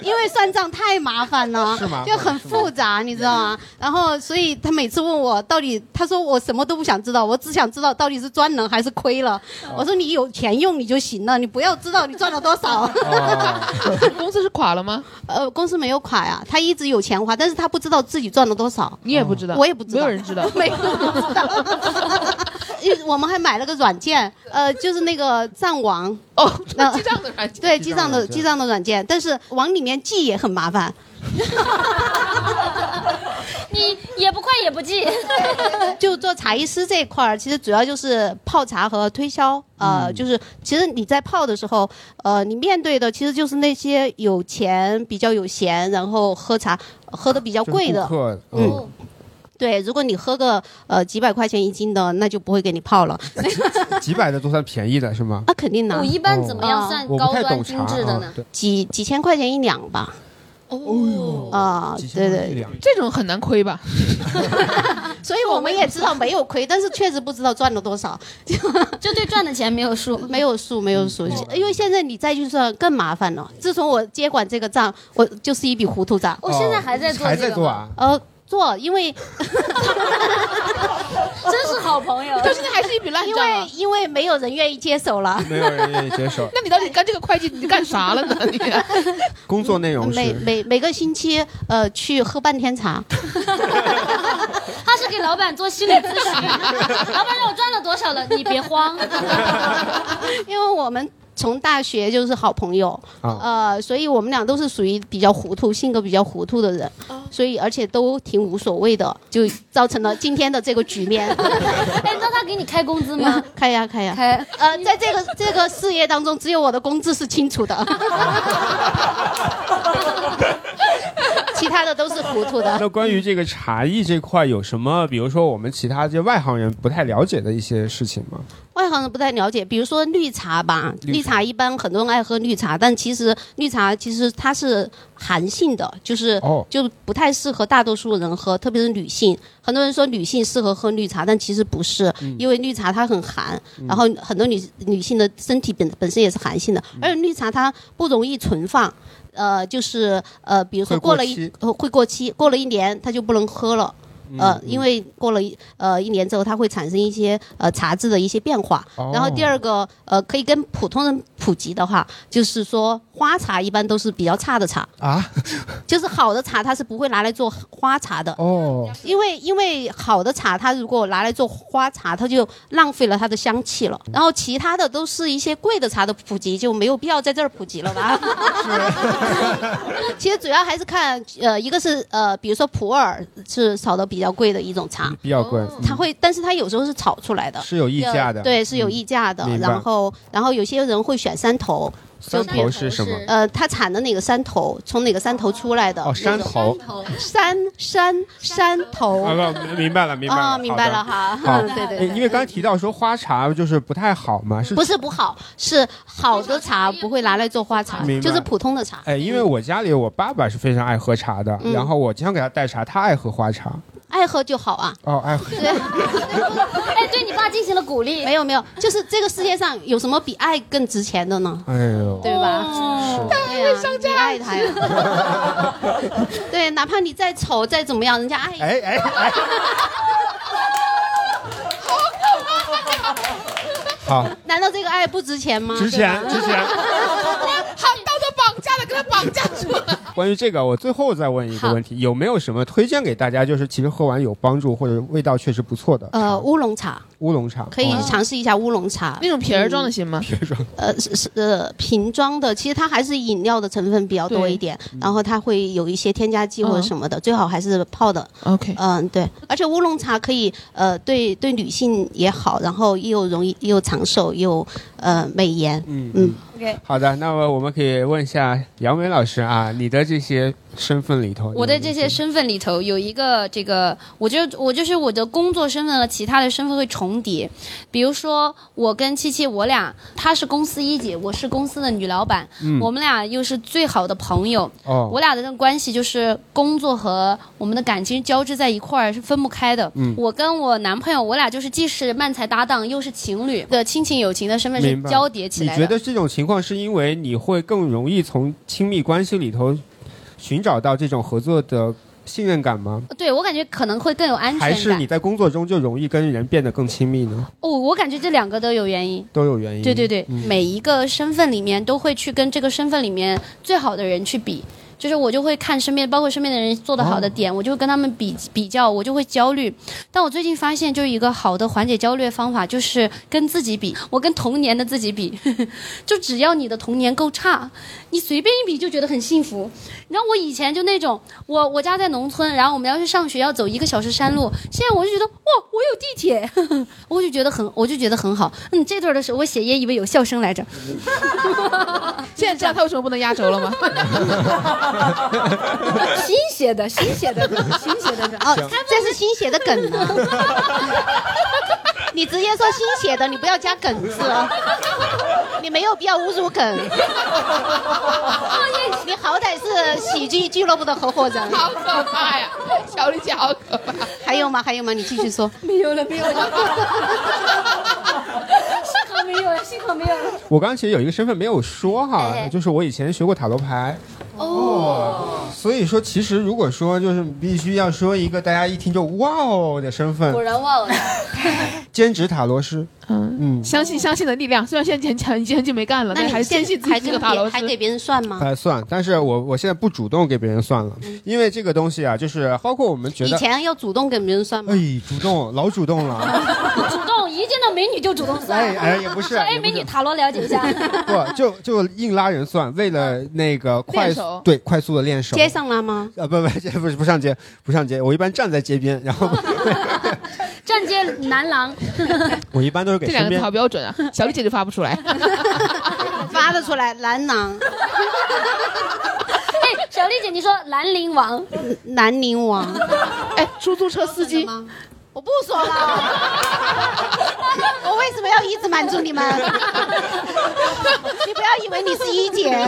[SPEAKER 3] 因为算账太麻烦了，
[SPEAKER 4] 是麻烦
[SPEAKER 3] 就很复杂，你知道吗？然后，所以他每次问我到底，他说我什么都不想知道，我只想知道到底是赚了还是亏了。我说你有钱用你就行了，你不要知道你赚了多少。
[SPEAKER 4] 公司是垮了吗？
[SPEAKER 3] 呃，公司没有垮呀，他一直有钱花，但是他不知道自己赚了多少。嗯
[SPEAKER 4] 你也不知道，
[SPEAKER 3] 我也不知道，，
[SPEAKER 4] 没有人知道
[SPEAKER 3] 没有人知道。因为我们还买了个软件，呃，就是那个藏王
[SPEAKER 4] 哦，
[SPEAKER 3] 那
[SPEAKER 4] 记账的软件
[SPEAKER 3] 对，记账的记账的软件，但是往里面记也很麻烦，
[SPEAKER 1] 你也不快也不记。
[SPEAKER 3] 就做茶艺师这一块儿，其实主要就是泡茶和推销。呃，
[SPEAKER 2] 嗯
[SPEAKER 3] 就是其实你在泡的时候，呃，你面对的其实就是那些有钱、比较有闲，然后喝茶喝的比较贵的。
[SPEAKER 2] 客，
[SPEAKER 3] 嗯，对，如果你喝个呃几百块钱一斤的，那就不会给你泡 了。
[SPEAKER 2] 几百的都算便宜的是吗？
[SPEAKER 3] 那肯定拿。
[SPEAKER 1] 我一般怎么样算
[SPEAKER 2] 哦我
[SPEAKER 1] 高
[SPEAKER 2] 不太
[SPEAKER 1] 端
[SPEAKER 2] 懂
[SPEAKER 1] 精
[SPEAKER 2] 茶
[SPEAKER 1] 致的
[SPEAKER 2] 啊
[SPEAKER 1] 呢？，
[SPEAKER 2] 对
[SPEAKER 3] 几几千块钱一两吧。哦啊，对对，
[SPEAKER 4] 这种很难亏吧？
[SPEAKER 3] 所以我们也知道没有 亏，但是确实不知道赚了多少，
[SPEAKER 1] 就对赚的钱没有数，
[SPEAKER 3] 没有嗯数，没有数。
[SPEAKER 2] 嗯
[SPEAKER 3] 因为现在你再去算更麻烦了。自从我接管这个账，我就是一笔糊涂账。
[SPEAKER 2] 哦
[SPEAKER 1] 我现在还在做这个吗还在做啊
[SPEAKER 3] 呃，做，因 为真是好朋友
[SPEAKER 4] 可是那还是一笔烂
[SPEAKER 3] 因
[SPEAKER 4] 账啊
[SPEAKER 3] 为因为没有人愿意接手了，
[SPEAKER 2] 没有人愿意接手
[SPEAKER 3] 。那你到底干这个会计，你干啥了呢？你
[SPEAKER 2] 工作内容 是
[SPEAKER 3] 每每每个星期呃去喝半天茶，
[SPEAKER 1] 他是给老板做心理咨询，老板让我赚了多少 了，你别慌。哎
[SPEAKER 3] 因为我们。从大学就是好朋友，呃，所以我们俩都是属于比较糊涂、性格比较糊涂的人，所以而且都挺无所谓的，就造成了今天的这个局 面。
[SPEAKER 1] 哎，你知道他给你开工资吗？
[SPEAKER 3] 开呀开呀
[SPEAKER 1] 开！
[SPEAKER 3] 呃，在这个这个事业当中，只有我的工资是清 楚的，其他的都是糊涂的。
[SPEAKER 2] 那关于这个茶艺这块有什么，比如说我们其他这些外行人不太了解的一些事情吗？
[SPEAKER 3] 外行人不太了解，比如说绿茶吧，
[SPEAKER 2] 绿茶
[SPEAKER 3] 绿茶一般很多人爱喝绿茶，但其实绿茶其实它是寒性的，就是、
[SPEAKER 2] 哦
[SPEAKER 3] 就不太适合大多数人喝，特别是女性。很多人说女性适合喝绿茶，但其实不是，
[SPEAKER 2] 嗯
[SPEAKER 3] 因为绿茶它很寒，
[SPEAKER 1] 嗯
[SPEAKER 3] 然后很多女女性的身体本本身也是寒性的，而且绿茶它不容易存放。呃，就是呃，比如说
[SPEAKER 1] 会过
[SPEAKER 3] 了一
[SPEAKER 1] 期
[SPEAKER 3] 呃会过期，过了一年它就不能喝了。呃
[SPEAKER 1] 嗯，
[SPEAKER 3] 因为过了一呃一年之后，它会产生一些呃茶质的一些变化。
[SPEAKER 1] 哦
[SPEAKER 3] 然后第二个呃，可以跟普通人普及的话，就是说花茶一般都是比较差的茶，
[SPEAKER 2] 啊，
[SPEAKER 3] 就是好的茶它是不会拿来做花茶的。
[SPEAKER 2] 哦，
[SPEAKER 3] 因为因为好的茶，它如果拿来做花茶，它就浪费了它的香气了。然后其他的都是一些贵的茶的普及，就没有必要在这儿普及了吧？ 其实主要还是看呃，一个是呃，比如说普洱是炒的比较贵的一种茶，
[SPEAKER 2] 比较贵。
[SPEAKER 3] 它会，但是它有时候是炒出来的，
[SPEAKER 2] 嗯是有溢价的
[SPEAKER 3] 呃对，是有溢价的
[SPEAKER 2] 嗯。明白
[SPEAKER 3] 然后，然后有些人会选山头，就
[SPEAKER 2] 山头是什么？
[SPEAKER 3] 呃，它产的哪个山头，从哪个山头出来的？
[SPEAKER 2] 哦，山头。
[SPEAKER 3] 山山山头。
[SPEAKER 2] 啊， 不，明白了，明白了，
[SPEAKER 3] 啊
[SPEAKER 2] 好的
[SPEAKER 3] 明白了哈
[SPEAKER 2] 好，
[SPEAKER 3] 嗯对对
[SPEAKER 2] 因为刚才提到说花茶就是不太好嘛，是
[SPEAKER 3] 不是不好，是好的茶不会拿来做花茶
[SPEAKER 2] 明，白
[SPEAKER 3] 就是普通的茶。
[SPEAKER 2] 哎，因为我家里我爸爸是非常爱喝茶的，
[SPEAKER 3] 嗯
[SPEAKER 2] 然后我经常给他带茶，他爱喝花茶。
[SPEAKER 3] 爱喝就好啊。
[SPEAKER 2] 哦，爱喝。
[SPEAKER 1] 哎，对你爸进行了鼓励。
[SPEAKER 3] 没有没有，就是这个世界上有什么比爱更值钱的呢？
[SPEAKER 2] 哎呦，
[SPEAKER 3] 对吧？对呀、你爱他呀。 对，哪怕你再丑再怎么样，人家爱。
[SPEAKER 2] 哎哎哎！好，
[SPEAKER 3] 难道这个爱不值钱吗？
[SPEAKER 2] 值钱
[SPEAKER 3] 对吧
[SPEAKER 2] 值钱。
[SPEAKER 3] 好，道德绑架了，给他绑架住了。
[SPEAKER 2] 关于这个，我最后再问一个问题，有没有什么推荐给大家？就是其实喝完有帮助，或者味道确实不错的
[SPEAKER 3] 呃，乌龙茶
[SPEAKER 2] 乌龙茶，
[SPEAKER 3] 可以
[SPEAKER 2] 哦
[SPEAKER 3] 尝试一下乌龙茶，
[SPEAKER 4] 那种瓶儿装的行吗？
[SPEAKER 2] 瓶装
[SPEAKER 3] 呃是是呃瓶装的，其实它还是饮料的成分比较多一点，
[SPEAKER 2] 嗯
[SPEAKER 3] 然后它会有一些添加剂
[SPEAKER 4] 嗯
[SPEAKER 3] 或者什么的，最好还是泡的。
[SPEAKER 4] OK
[SPEAKER 3] 嗯，对，而且乌龙茶可以呃对对女性也好，然后又容易又长寿又呃美颜。
[SPEAKER 2] 嗯
[SPEAKER 3] 嗯
[SPEAKER 2] ，OK，好的，那么我们可以问一下杨梅老师啊，你的这些身份里头，
[SPEAKER 1] 我的这些身份里头有一个这个，我就我就是我的工作身份和其他的身份会重叠，比如说我跟七七我俩，她是公司一姐，我是公司的女老板，
[SPEAKER 21] 嗯
[SPEAKER 1] 我们俩又是最好的朋友，
[SPEAKER 21] 哦
[SPEAKER 1] 我俩的那个关系就是工作和我们的感情交织在一块儿是分不开的。
[SPEAKER 21] 嗯
[SPEAKER 1] 我跟我男朋友，我俩就是既是漫才搭档，又是情侣的亲情友情的身份是
[SPEAKER 2] 明白
[SPEAKER 1] 交叠起来的。
[SPEAKER 2] 你觉得这种情况是因为你会更容易从亲密关系里头寻找到这种合作的信任感吗？
[SPEAKER 1] 对我感觉可能会更有安全感。
[SPEAKER 2] 还是你在工作中就容易跟人变得更亲密呢？
[SPEAKER 1] 哦，我感觉这两个都有原因。
[SPEAKER 2] 都有原因。
[SPEAKER 1] 对对对，
[SPEAKER 2] 嗯
[SPEAKER 1] 每一个身份里面都会去跟这个身份里面最好的人去比。就是我就会看身边，包括身边的人做的好
[SPEAKER 2] 哦
[SPEAKER 1] 的点，我就会跟他们比比较，我就会焦虑。但我最近发现，就是一个好的缓解焦虑的方法，就是跟自己比。我跟童年的自己比， 就只要你的童年够差，你随便一比就觉得很幸福。你知道我以前就那种，我我家在农村，然后我们要去上学要走一个小时山路，现在我就觉得哇，我有地铁， 我就觉得很，我就觉得很好。嗯，这段的时候我写也以为有笑声来着，
[SPEAKER 4] 现在知道他为什么不能压轴了 吗？
[SPEAKER 1] 新写的，新写的，新写的
[SPEAKER 3] 哦，这是新写的梗呢。 你直接说新写的，你不要加梗字哦。你没有必要侮辱 梗。你好歹是喜剧俱乐部的合伙人。
[SPEAKER 4] 好可怕呀！小李姐好可怕。
[SPEAKER 3] 还有吗？还有吗？你继续说。
[SPEAKER 1] 没有了，没有了。
[SPEAKER 3] 是
[SPEAKER 1] 他没没有了，幸好没有了。
[SPEAKER 2] 我刚刚其实有一个身份没有说
[SPEAKER 1] 哎
[SPEAKER 2] 哈，就是我以前学过塔罗牌，
[SPEAKER 1] 哦，
[SPEAKER 2] 所以说其实如果说就是必须要说一个大家一听就哇哦的身份
[SPEAKER 1] 果，然忘了。
[SPEAKER 2] 兼职塔罗师，嗯嗯，
[SPEAKER 4] 相信相信的力量，虽然现在很强，已经很久没干了，
[SPEAKER 3] 那
[SPEAKER 4] 但
[SPEAKER 3] 你
[SPEAKER 4] 还
[SPEAKER 3] 现
[SPEAKER 4] 坚信自
[SPEAKER 3] 还
[SPEAKER 4] 己是
[SPEAKER 3] 给
[SPEAKER 4] 个塔罗
[SPEAKER 3] 别
[SPEAKER 4] 师。
[SPEAKER 3] 还给别人算吗？
[SPEAKER 2] 还呃算，但是我我现在不主动给别人算了，因为这个东西啊，就是包括我们觉
[SPEAKER 3] 嗯以
[SPEAKER 2] 得，
[SPEAKER 3] 前要主动给别人 算吗？
[SPEAKER 2] 哎，主动老主动 了。
[SPEAKER 1] 主动一见到美女就主动算，
[SPEAKER 2] 哎哎也不是
[SPEAKER 1] 说
[SPEAKER 2] 也
[SPEAKER 1] 哎，
[SPEAKER 2] 不
[SPEAKER 1] 美
[SPEAKER 2] 是
[SPEAKER 1] 女塔罗了解一 下，
[SPEAKER 2] 不就就硬拉人算，为了那个
[SPEAKER 3] 嗯
[SPEAKER 2] 快
[SPEAKER 3] 练
[SPEAKER 2] 速
[SPEAKER 3] 手
[SPEAKER 2] 对快速的练手。
[SPEAKER 3] 街上拉吗？
[SPEAKER 2] 啊不不 不不是不上街不上街，我一般站在街边，然后
[SPEAKER 3] 哦
[SPEAKER 1] 站街男郎，
[SPEAKER 2] 我一般都是给
[SPEAKER 4] 这两个字
[SPEAKER 2] 身边
[SPEAKER 4] 好标准啊，小丽姐就发不出 来。
[SPEAKER 3] 发得出来，男郎，
[SPEAKER 1] 哎，小丽姐，你说兰陵王，
[SPEAKER 3] 南宁王，
[SPEAKER 4] 哎，出租车司 机，
[SPEAKER 3] 我不说了，我为什么要一直满足你们？你不要以为你是一姐。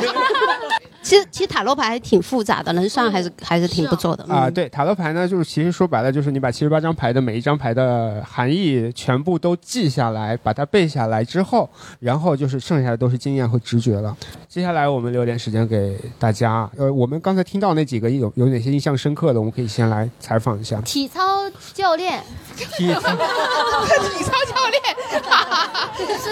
[SPEAKER 3] 其实，其实塔罗牌还挺复杂的，能算还是还是挺不错的嗯
[SPEAKER 2] 啊、对塔罗牌呢，就是其实说白了，就是你把七十八张牌的每一张牌的含义全部都记下来，把它背下来之后，然后就是剩下的都是经验和直觉了。接下来我们留点时间给大家，呃，我们刚才听到那几个有有哪些印象深刻的，我们可以先来采访一 下。
[SPEAKER 1] 体操教练，
[SPEAKER 2] 体操
[SPEAKER 4] 体操教练，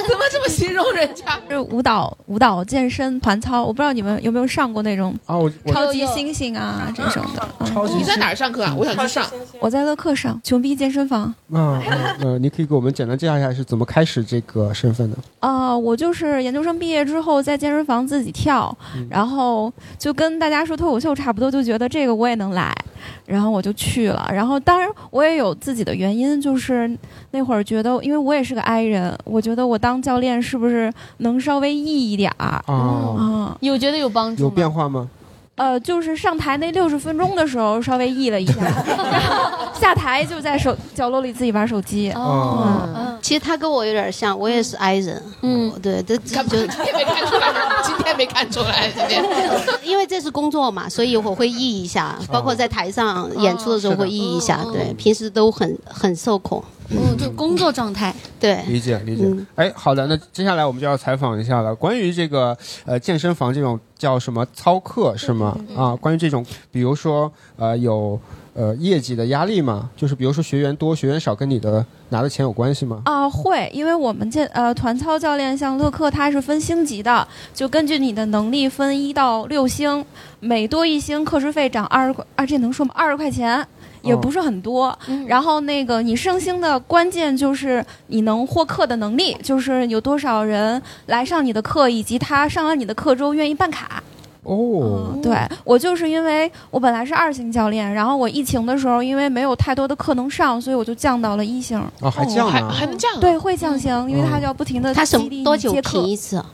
[SPEAKER 4] 怎么这么形容人家？
[SPEAKER 6] 是舞蹈、舞蹈、健身、团操，我不知道你们有没有上过那种
[SPEAKER 2] 啊，我
[SPEAKER 6] 超级星星啊这种的。嗯
[SPEAKER 4] 你在哪儿上课啊？我想去上。
[SPEAKER 6] 我在乐课上，穷逼健身房。
[SPEAKER 2] 啊、呃，呃你可以给我们简单介绍一下是怎么开始这个身份的？
[SPEAKER 6] 啊，我就是研究生毕业之后在健身房自己跳，
[SPEAKER 2] 嗯
[SPEAKER 6] 然后就跟大家说脱口秀差不多，就觉得这个我也能来，然后我就去了。然后当然我也有自己的原因，就是那会儿觉得，因为我也是个 I 人，我觉得我当教练是不是能稍微易一点儿？
[SPEAKER 2] 哦
[SPEAKER 6] 啊，有觉得有帮
[SPEAKER 2] 有变化吗？
[SPEAKER 6] 呃，就是上台那六十分钟的时候稍微意了一下， 然后下台就在手角落里自己玩手机。
[SPEAKER 3] 哦
[SPEAKER 6] 嗯
[SPEAKER 3] 其实他跟我有点像，我也是 I 人。嗯，对，这这
[SPEAKER 4] 干嘛？
[SPEAKER 3] 就
[SPEAKER 4] 今天没看出来，今天没看出来，今天。
[SPEAKER 3] 因为这是工作嘛，所以我会意一下，包括在台上
[SPEAKER 1] 哦
[SPEAKER 3] 演出的时候会意一下。对，平时都很很受苦。
[SPEAKER 1] 嗯，哦就工作状态，
[SPEAKER 3] 对，
[SPEAKER 2] 理解理解。
[SPEAKER 6] 嗯
[SPEAKER 2] 哎、好的，那接下来我们就要采访一下了。关于这个呃健身房这种叫什么操课是吗？啊，关于这种，比如说呃有呃业绩的压力吗？就是比如说学员多学员少，跟你的拿的钱有关系吗？
[SPEAKER 6] 啊、会，因为我们健呃团操教练像乐课，他是分星级的，就根据你的能力分一到六星，每多一星课时费涨二十块，啊这能说吗？二十块钱。也不是很多，然后那个你升星的关键就是你能获课的能力，就是有多少人来上你的课，以及他上完你的课之后愿意办卡。
[SPEAKER 2] 哦，
[SPEAKER 6] 对 我就是因为我本来是二星教练，然后我疫情的时候因为没有太多的课能上，所以我就降到了一星。
[SPEAKER 2] 哦还降呢嗯还还
[SPEAKER 4] 能降、啊
[SPEAKER 6] 对，会降星，因为他就要不停的
[SPEAKER 3] 他什
[SPEAKER 6] 激
[SPEAKER 3] 么
[SPEAKER 6] 励
[SPEAKER 3] 多
[SPEAKER 6] 你
[SPEAKER 3] 久
[SPEAKER 6] 接课
[SPEAKER 3] 评一次啊？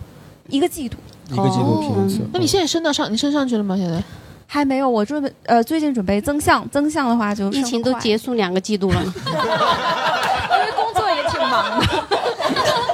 [SPEAKER 6] 一个季度。
[SPEAKER 2] 一个季度评一次。
[SPEAKER 4] 哦那你现在升到上，你升上去了吗？现在？
[SPEAKER 6] 还没有，我准备呃最近准备增项，增项的话就
[SPEAKER 3] 疫情都结束两个季 度了，
[SPEAKER 6] 因为工作也挺忙的。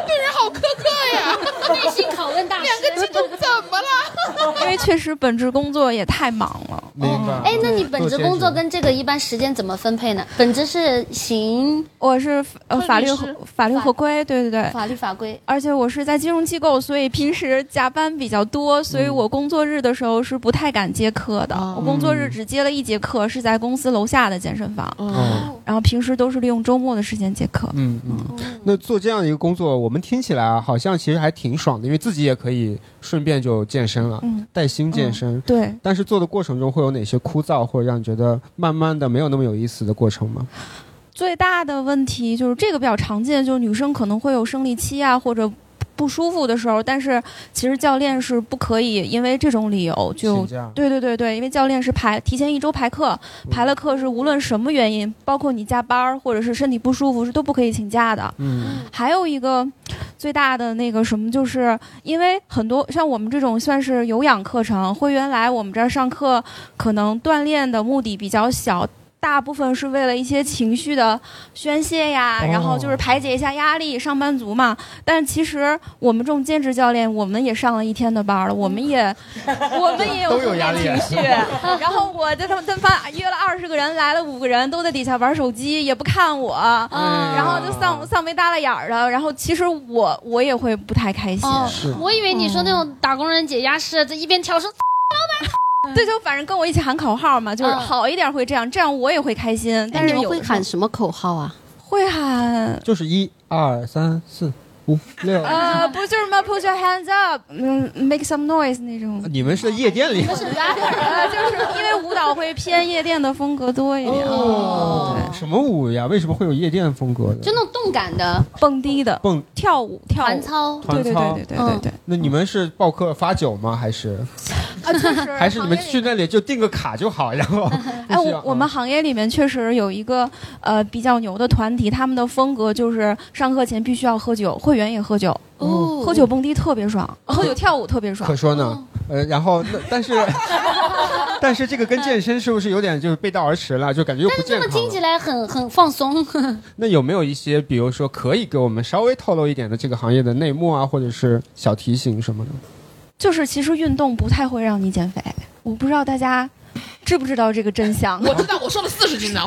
[SPEAKER 4] 对人好苛刻呀！
[SPEAKER 1] 内心拷问大师
[SPEAKER 4] 两个季度怎么了？
[SPEAKER 6] 因为确实本职工作也太忙了。
[SPEAKER 2] 明白。
[SPEAKER 1] 哎，那你本职工作跟这个一般时间怎么分配呢？本职是行，
[SPEAKER 6] 我是呃法律
[SPEAKER 1] 律
[SPEAKER 6] 合
[SPEAKER 1] 师
[SPEAKER 6] 法律合规，对对对，
[SPEAKER 1] 法律法规。
[SPEAKER 6] 而且我是在金融机构，所以平时加班比较多，所以我工作日的时候是不太敢接课的。我工作日只接了一节课，是在公司楼下的健身房，
[SPEAKER 2] 哦
[SPEAKER 6] 然后平时都是利用周末的时间接课。
[SPEAKER 2] 嗯嗯，那做这样一个工作，我们听起来啊，好像其实还挺爽的，因为自己也可以顺便就健身了，
[SPEAKER 6] 嗯
[SPEAKER 2] 带薪健身、
[SPEAKER 6] 对，
[SPEAKER 2] 但是做的过程中会有哪些枯燥，或者让你觉得慢慢的没有那么有意思的过程吗？
[SPEAKER 6] 最大的问题就是这个比较常见，就是女生可能会有生理期啊，或者。不舒服的时候，但是其实教练是不可以因为这种理由就
[SPEAKER 2] 请假
[SPEAKER 6] 对对对对，因为教练是排提前一周排课，排了课是无论什么原因，
[SPEAKER 2] 嗯
[SPEAKER 6] 包括你加班儿或者是身体不舒服是都不可以请假的。
[SPEAKER 2] 嗯，
[SPEAKER 6] 还有一个最大的那个什么，就是因为很多像我们这种算是有氧课程，会员来我们这儿上课，可能锻炼的目的比较小。大部分是为了一些情绪的宣泄呀，
[SPEAKER 16] 哦
[SPEAKER 6] 然后就是排解一下压力，上班族嘛。但其实我们这种兼职教练，我们也上了一天的班了，我们也我们也有
[SPEAKER 21] 都
[SPEAKER 6] 负
[SPEAKER 21] 有压
[SPEAKER 6] 面
[SPEAKER 21] 力
[SPEAKER 6] 情绪。然后我在他们他们发约了二十个人，来了五个人都在底下玩手机，也不看我，
[SPEAKER 2] 嗯
[SPEAKER 6] 然后就丧丧眉耷拉眼儿的。然后其实我我也会不太开心。
[SPEAKER 1] 哦，我以为你说那种打工人解压是在一边跳说。
[SPEAKER 6] 嗯对，就反正跟我一起喊口号嘛，就是
[SPEAKER 1] 嗯
[SPEAKER 6] 好一点会这样，这样我也会开心。但
[SPEAKER 3] 你
[SPEAKER 6] 是
[SPEAKER 3] 们
[SPEAKER 6] 有
[SPEAKER 3] 会
[SPEAKER 6] 的时候
[SPEAKER 3] 喊什么口号啊？
[SPEAKER 6] 会喊
[SPEAKER 2] 就是一二三四五
[SPEAKER 1] 嗯
[SPEAKER 2] 六。
[SPEAKER 6] 呃，不是就是什么 put your hands up，嗯，make some noise 那种。
[SPEAKER 2] 你们是在夜店里？
[SPEAKER 6] 呃，就是因为舞蹈会偏夜店的风格多一点。
[SPEAKER 2] 哦，什么舞呀？为什么会有夜店风格的？
[SPEAKER 1] 就那种动感的
[SPEAKER 6] 蹦迪的
[SPEAKER 2] 蹦
[SPEAKER 6] 跳舞跳舞
[SPEAKER 1] 团操，
[SPEAKER 2] 团操？
[SPEAKER 4] 嗯
[SPEAKER 2] 嗯
[SPEAKER 6] 对。
[SPEAKER 2] 那你们是报课发酒吗？还是
[SPEAKER 6] 啊，就是
[SPEAKER 2] 还是你们去那啊里就定个卡就好，然后
[SPEAKER 6] 哎，我我们行业里面确实有一个呃比较牛的团体，他们的风格就是上课前必须要喝酒，会员也喝酒，
[SPEAKER 2] 哦
[SPEAKER 6] 喝酒蹦迪特别爽，喝酒跳舞特别爽
[SPEAKER 2] 可。说呢？
[SPEAKER 6] 嗯
[SPEAKER 2] 呃，然后那 但是但是这个跟健身是不是有点就是背道而驰了？就感觉又
[SPEAKER 1] 但
[SPEAKER 2] 不
[SPEAKER 1] 是这
[SPEAKER 2] 健
[SPEAKER 1] 么
[SPEAKER 2] 康
[SPEAKER 1] 听
[SPEAKER 2] 了
[SPEAKER 1] 起来很很放松。
[SPEAKER 2] 那有没有一些，比如说可以给我们稍微透露一点的这个行业的内幕啊，或者是小提醒什么的？
[SPEAKER 6] 就是其实运动不太会让你减肥，我不知道大家知不知道这个真相。
[SPEAKER 4] 我知道，我瘦了四十斤呢。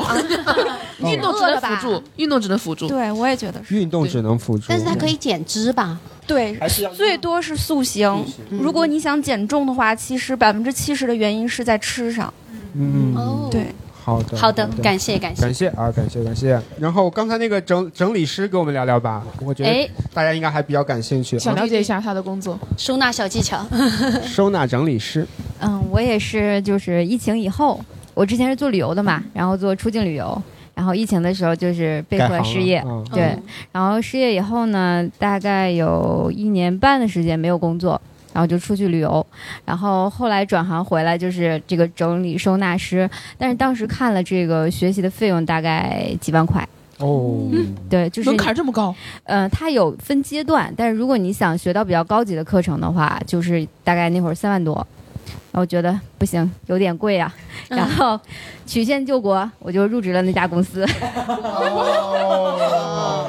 [SPEAKER 4] 运动只能辅 助，运动只能辅助。
[SPEAKER 6] 对，我也觉得是。
[SPEAKER 2] 运动只能辅助，
[SPEAKER 6] 但是它可以
[SPEAKER 3] 减脂吧？
[SPEAKER 6] 对
[SPEAKER 2] 还是要，
[SPEAKER 6] 最多是塑形。如果你想减重的话，其实百分之七十的原因是在吃上。
[SPEAKER 2] 嗯，
[SPEAKER 6] 对，
[SPEAKER 2] 好的，
[SPEAKER 1] 好的感谢感谢
[SPEAKER 2] 感谢啊，感谢感谢。然后刚才那个整整理师给我们聊聊吧，我觉
[SPEAKER 1] 哎
[SPEAKER 2] 得大家应该还比较感兴 趣。
[SPEAKER 4] 想了解一下他的工作，
[SPEAKER 1] 收纳小技巧。
[SPEAKER 2] 收纳整理师，
[SPEAKER 16] 嗯，我也是，就是疫情以后，我之前是做旅游的嘛，然后做出境旅游，然后疫情的时候就是被
[SPEAKER 22] 嗯改
[SPEAKER 16] 迫
[SPEAKER 22] 行
[SPEAKER 16] 失业，
[SPEAKER 22] 了嗯
[SPEAKER 16] 对
[SPEAKER 22] 嗯，
[SPEAKER 16] 然后失业以后呢，大概有一年半的时间没有工作。然后就出去旅游，然后后来转行回来就是这个整理收纳师，但是当时看了这个学习的费用大概几万块，
[SPEAKER 2] 哦，
[SPEAKER 16] 对，就是
[SPEAKER 4] 门槛这么高。
[SPEAKER 16] 呃，它有分阶段，但是如果你想学到比较高级的课程的话，就是大概那会儿三万多。然后我觉得不行，有点贵啊，
[SPEAKER 4] 嗯
[SPEAKER 16] 然
[SPEAKER 6] 哦
[SPEAKER 16] 后曲线救国，我就入职了那家 公司。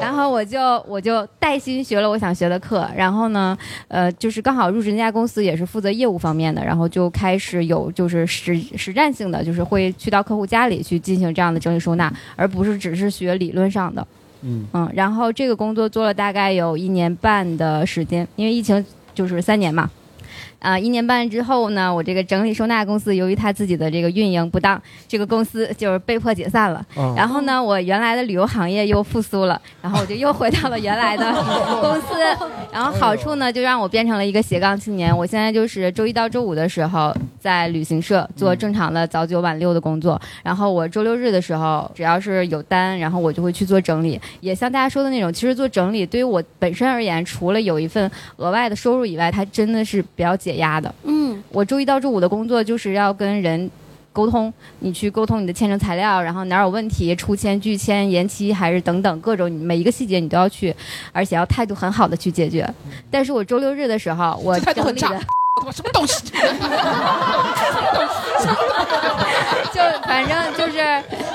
[SPEAKER 16] 然后我就我就带薪学了我想学的课，然后呢，呃，就是刚好入职那家公司也是负责业务方面的，然后就开始有就是实实战性的，就是会去到客户家里去进行这样的整理收纳，而不是只是学理论上的。
[SPEAKER 2] 嗯
[SPEAKER 16] 嗯，然后这个工作做了大概有一年半的时间，因为疫情就是三年嘛。啊、一年半之后呢，我这个整理收纳公司由于他自己的这个运营不当，这个公司就是被迫解散了。
[SPEAKER 22] 哦
[SPEAKER 16] 然后呢，我原来的旅游行业又复苏了，然后我就又回到了原来的公司。然后好处呢，就让我变成了一个斜杠青年。我现在就是周一到周五的时候在旅行社做正常的早九晚六的工作，然后我周六日的时候只要是有单，然后我就会去做整理。也像大家说的那种，其实做整理对于我本身而言，除了有一份额外的收入以外，它真的是比较解压的。
[SPEAKER 1] 嗯，
[SPEAKER 16] 我周一到周五的工作就是要跟人沟通，你去沟通你的签证材料，然后哪儿有问题，出签、拒签、延期还是等等各种每一个细节你都要去，而且要态度很好的去解决。但是我周六日的时候，我
[SPEAKER 4] 这态度
[SPEAKER 16] 整
[SPEAKER 4] 很
[SPEAKER 16] 理
[SPEAKER 4] 差
[SPEAKER 16] 的。
[SPEAKER 4] 他妈什么东西？
[SPEAKER 16] 就反正就是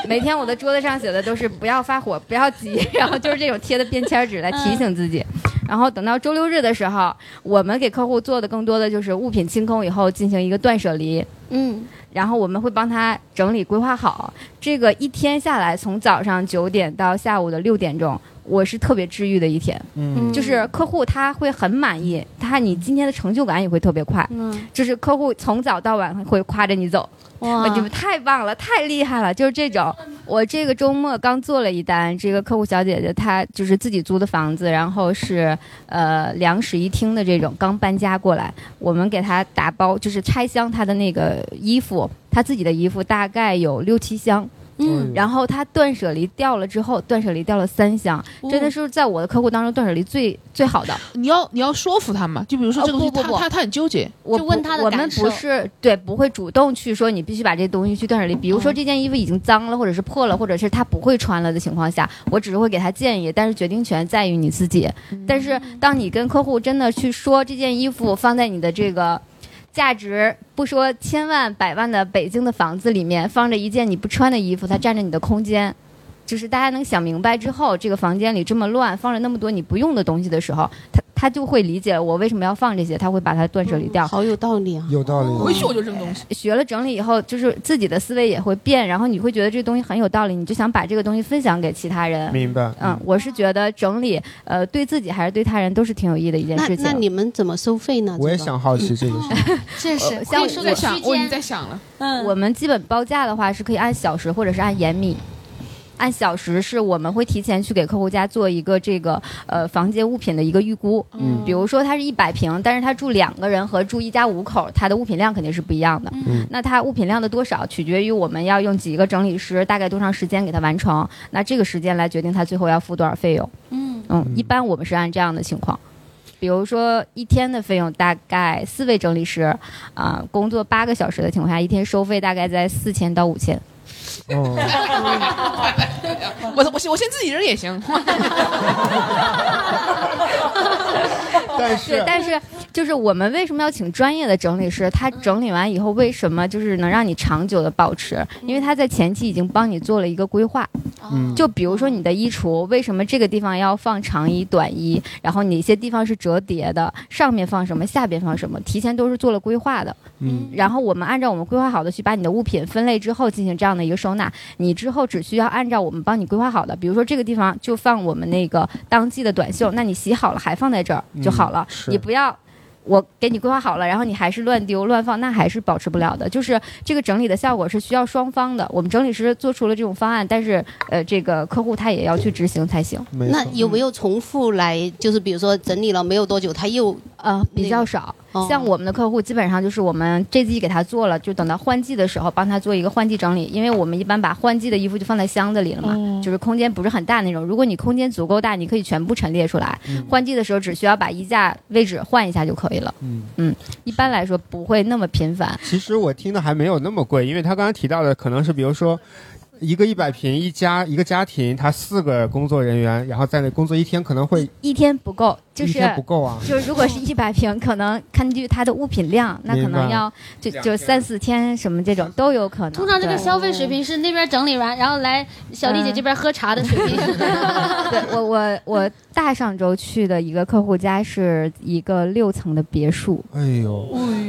[SPEAKER 16] 每天我的桌子上写的都是不要发火，不要急， 然后就是这种贴的便签纸来
[SPEAKER 1] 嗯
[SPEAKER 16] 提醒自己。然后等到周六日的时候，我们给客户做的更多的就是物品清空以后进行一个断舍离。
[SPEAKER 1] 嗯，
[SPEAKER 16] 然后我们会帮他整理规划好。这个一天下来，从早上九点到下午的六点钟，我是特别治愈的一天。
[SPEAKER 22] 嗯
[SPEAKER 16] 就是客户他会很满意，他你今天的成就感也会特别快。
[SPEAKER 1] 嗯，
[SPEAKER 16] 就是客户从早到晚会夸着你走。
[SPEAKER 1] 哇
[SPEAKER 16] 你们太棒了，太厉害了！就是这种，我这个周末刚做了一单，这个客户小姐姐她就是自己租的房子，然后是呃两室一厅的这种，刚搬家过来，我们给她打包，就是拆箱她的那个衣服，她自己的衣服大概有六七箱。
[SPEAKER 4] 哎
[SPEAKER 1] 嗯
[SPEAKER 16] 然后她断舍离掉了之后，断舍离掉了三箱，真的是在我的客户当中断舍离最最好的。
[SPEAKER 4] 哦你要你要说服他嘛，就比如说这个东西，
[SPEAKER 16] 哦不
[SPEAKER 4] 他
[SPEAKER 16] 不不
[SPEAKER 4] 他他很纠结，
[SPEAKER 16] 我不我们不是对，不会主动去说你必须把这东西去断舍离。比如说这件衣服已经脏了，或者是破了，或者是他不会穿了的情况下，我只是会给他建议，但是决定权在于你自己。但是当你跟客户真的去说这件衣服放在你的这个。价值不说千万百万的北京的房子里面放着一件你不穿的衣服，它占着你的空间。就是大家能想明白之后，这个房间里这么乱，放着那么多你不用的东西的时候，他他就会理解我为什么要放这些，他会把它断舍离掉。
[SPEAKER 3] 好有道理啊！
[SPEAKER 2] 有道理。
[SPEAKER 16] 哦哎
[SPEAKER 4] 回去我就扔东西。
[SPEAKER 16] 学了整理以后，就是自己的思维也会变，然后你会觉得这东西很有道理，你就想把这个东西分享给其他人。
[SPEAKER 2] 明白
[SPEAKER 16] 嗯，我是觉得整理，呃，对自己还是对他人都是挺有意义的一件
[SPEAKER 3] 那
[SPEAKER 16] 事情。
[SPEAKER 3] 那你们怎么收费呢？
[SPEAKER 2] 我也 想好奇这个事。
[SPEAKER 16] 这是
[SPEAKER 4] 像
[SPEAKER 16] 像
[SPEAKER 4] 呃我在想，我已经在想了。
[SPEAKER 16] 我们基本报价的话是可以按小时或者是按延米。按小时是我们会提前去给客户家做一个这个呃房间物品的一个预估，
[SPEAKER 2] 嗯
[SPEAKER 16] 比如说他是一百平，但是他住两个人和住一家五口，他的物品量肯定是不一样的。
[SPEAKER 2] 嗯
[SPEAKER 16] 那他物品量的多少取决于我们要用几个整理师，大概多长时间给他完成，那这个时间来决定他最后要付多少费用。
[SPEAKER 1] 嗯
[SPEAKER 16] 嗯，一般我们是按这样的情况。比如说一天的费用大概四位整理师，啊、工作八个小时的情况下，一天收费大概在四千到五千。
[SPEAKER 2] 哦，
[SPEAKER 4] 我我先我先自己扔也 行。
[SPEAKER 2] 但
[SPEAKER 16] 对，但是就是我们为什么要请专业的整理师？他整理完以后，为什么就是能让你长久的保持？因为他在前期已经帮你做了一个规划。
[SPEAKER 2] 嗯
[SPEAKER 16] 就比如说你的衣橱，为什么这个地方要放长衣、短衣？然后哪些地方是折叠的？上面放什么，下边放什么？提前都是做了规划的。
[SPEAKER 2] 嗯
[SPEAKER 16] 然后我们按照我们规划好的去把你的物品分类之后进行这样的一个收纳。你之后只需要按照我们帮你规划好的，比如说这个地方就放我们那个当季的短袖，那你洗好了还放在这儿就好了，
[SPEAKER 2] 嗯是
[SPEAKER 16] 你不要。我给你规划好了，然后你还是乱丢乱放，那还是保持不了的。就是这个整理的效果是需要双方的。我们整理师做出了这种方案，但是呃，这个客户他也要去执行才行。
[SPEAKER 3] 那有
[SPEAKER 16] 嗯
[SPEAKER 3] 没有重复来？就是比如说整理了没有多久，他又哦
[SPEAKER 16] 呃比较少。像我们的客户基本上就是我们这季给他做了，就等到换季的时候帮他做一个换季整理，因为我们一般把换季的衣服就放在箱子里了嘛，
[SPEAKER 2] 哦
[SPEAKER 16] 就是空间不是很大那种。如果你空间足够大，你可以全部陈列出来。换季的时候只需要把衣架位置换一下就可以了。
[SPEAKER 2] 嗯
[SPEAKER 16] 嗯，一般来说不会那么频繁。
[SPEAKER 2] 其实我听的还没有那么贵，因为他刚才提到的可能是比如说。一个一百平一家一个家庭，他四个工作人员，然后在那工作一天，可能会
[SPEAKER 16] 一天不够，就
[SPEAKER 2] 一
[SPEAKER 16] 是
[SPEAKER 2] 天不够啊
[SPEAKER 16] 就是如果 是一百平，可能根据它的物品量，那可
[SPEAKER 2] 明白
[SPEAKER 16] 能要就就三四天什么这种都有可能。
[SPEAKER 1] 通常这个
[SPEAKER 16] 对
[SPEAKER 1] 消费水平是那边整理完，然后来小丽姐这边喝茶的水平。
[SPEAKER 16] 对我我我大上周去的一个客户家是一个六层的别墅，
[SPEAKER 2] 哎呦，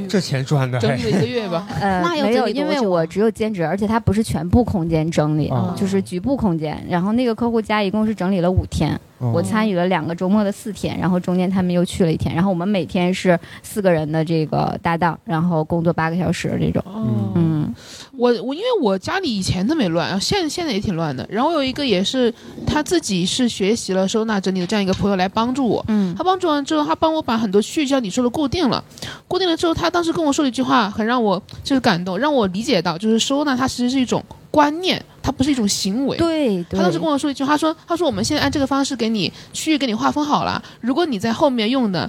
[SPEAKER 2] 这钱赚的，
[SPEAKER 4] 整理了一个月吧。
[SPEAKER 16] 呃，
[SPEAKER 4] 那要
[SPEAKER 16] 没
[SPEAKER 4] 整
[SPEAKER 16] 有，
[SPEAKER 4] 理多
[SPEAKER 16] 因为
[SPEAKER 4] 久啊
[SPEAKER 16] 我只有兼职，而且它不是全部空间整理，
[SPEAKER 2] 哦
[SPEAKER 16] 就是局部空间。然后那个客户家一共是整理了五天，
[SPEAKER 2] 哦
[SPEAKER 16] 我参与了两个周末的四天，然后中间他们又去了一天，然后我们每天是四个人的这个搭档，然后工作八个小时这种。
[SPEAKER 4] 哦
[SPEAKER 16] 嗯，
[SPEAKER 4] 我我因为我家里以前特别乱，然后现在现在也挺乱的。然后我有一个也是他自己是学习了收纳整理的这样一个朋友来帮助我，
[SPEAKER 16] 嗯，
[SPEAKER 4] 他帮助完之后，他帮我把很多区域像你说的固定了，固定了之后，他当时跟我说了一句话，很让我就是感动，让我理解到就是收纳它其实是一种观念，它不是一种行为。
[SPEAKER 16] 对，
[SPEAKER 4] 他当时跟我说一句话，他说他说我们现在按这个方式给你区域给你划分好了，如果你在后面用的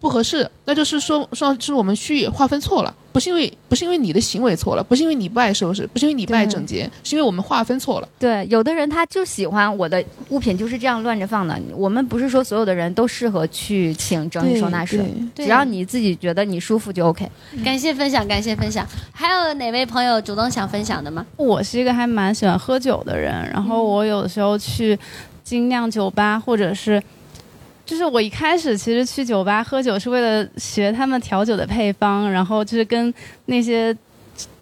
[SPEAKER 4] 不合适，那就是说说是我们区域划分错了，不是因为不是因为你的行为错了，不是因为你不爱收拾，不是因为你不爱整洁，是因为我们划分错了。
[SPEAKER 16] 对，有的人他就喜欢我的物品就是这样乱着放的。我们不是说所有的人都适合去请整理收纳师
[SPEAKER 1] 对对
[SPEAKER 16] 只要你自己觉得你舒服就 OK。
[SPEAKER 1] 感谢分享，感谢分享。还有哪位朋友主动想分享的吗？
[SPEAKER 15] 我是一个还蛮喜欢喝酒的人，然后我有时候去精酿酒吧，或者是，就是我一开始其实去酒吧喝酒是为了学他们调酒的配方，然后就是跟那些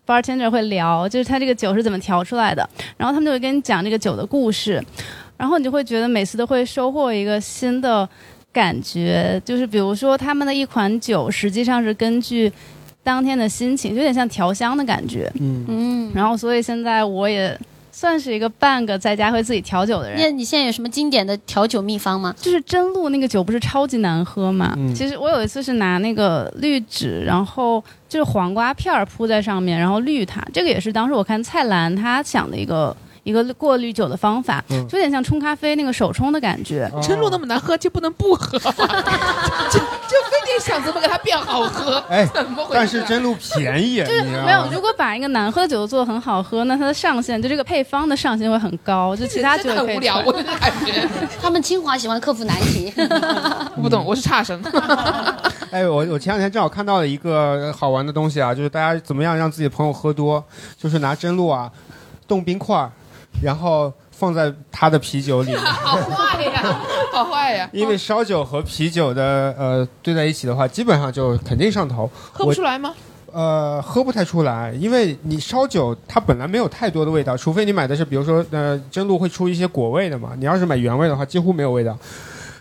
[SPEAKER 15] bartender 会聊，就是他这个酒是怎么调出来的，然后他们就会跟你讲这个酒的故事，然后你就会觉得每次都会收获一个新的感觉，就是比如说他们的一款酒实际上是根据。当天的心情，有点像调香的感觉。
[SPEAKER 2] 嗯
[SPEAKER 15] 嗯，然后所以现在我也算是一个半个在家会自己调酒的人。
[SPEAKER 1] 那你现在有什么经典的调酒秘方吗？
[SPEAKER 15] 就是真露那个酒不是超级难喝嘛？
[SPEAKER 1] 嗯
[SPEAKER 15] 其实我有一次是拿那个滤纸，然后就是黄瓜片儿铺在上面，然后滤它。这个也是当时我看蔡澜他想的一个一个过滤酒的方法，
[SPEAKER 4] 嗯
[SPEAKER 15] 就有点像冲咖啡那个手冲的感觉。
[SPEAKER 4] 真露那么难喝就不能不 喝，就就非得想怎么给它变好喝，
[SPEAKER 2] 哎
[SPEAKER 4] 怎么回事啊？
[SPEAKER 2] 但是真露便宜，
[SPEAKER 15] 就是
[SPEAKER 2] 你知道吗
[SPEAKER 15] 没有，如果把一个难喝的酒做得很好喝，那它的上限就这个配方的上限会很高，
[SPEAKER 1] 嗯
[SPEAKER 15] 就其他酒也可以出来
[SPEAKER 1] 他们清华喜欢克服难题。
[SPEAKER 4] 不懂，我是差生。
[SPEAKER 2] 哎，我我前两天正好看到了一个好玩的东西啊，就是大家怎么样让自己的朋友喝多，就是拿真露啊，冻冰块儿，然后放在他的啤酒里。
[SPEAKER 4] 好坏呀，好坏呀，
[SPEAKER 2] 因为烧酒和啤酒的呃兑在一起的话，基本上就肯定上头。
[SPEAKER 4] 喝不出来吗？
[SPEAKER 2] 呃，喝不太出来，因为你烧酒它本来没有太多的味道，除非你买的是比如说呃真露会出一些果味的嘛，你要是买原味的话几乎没有味道。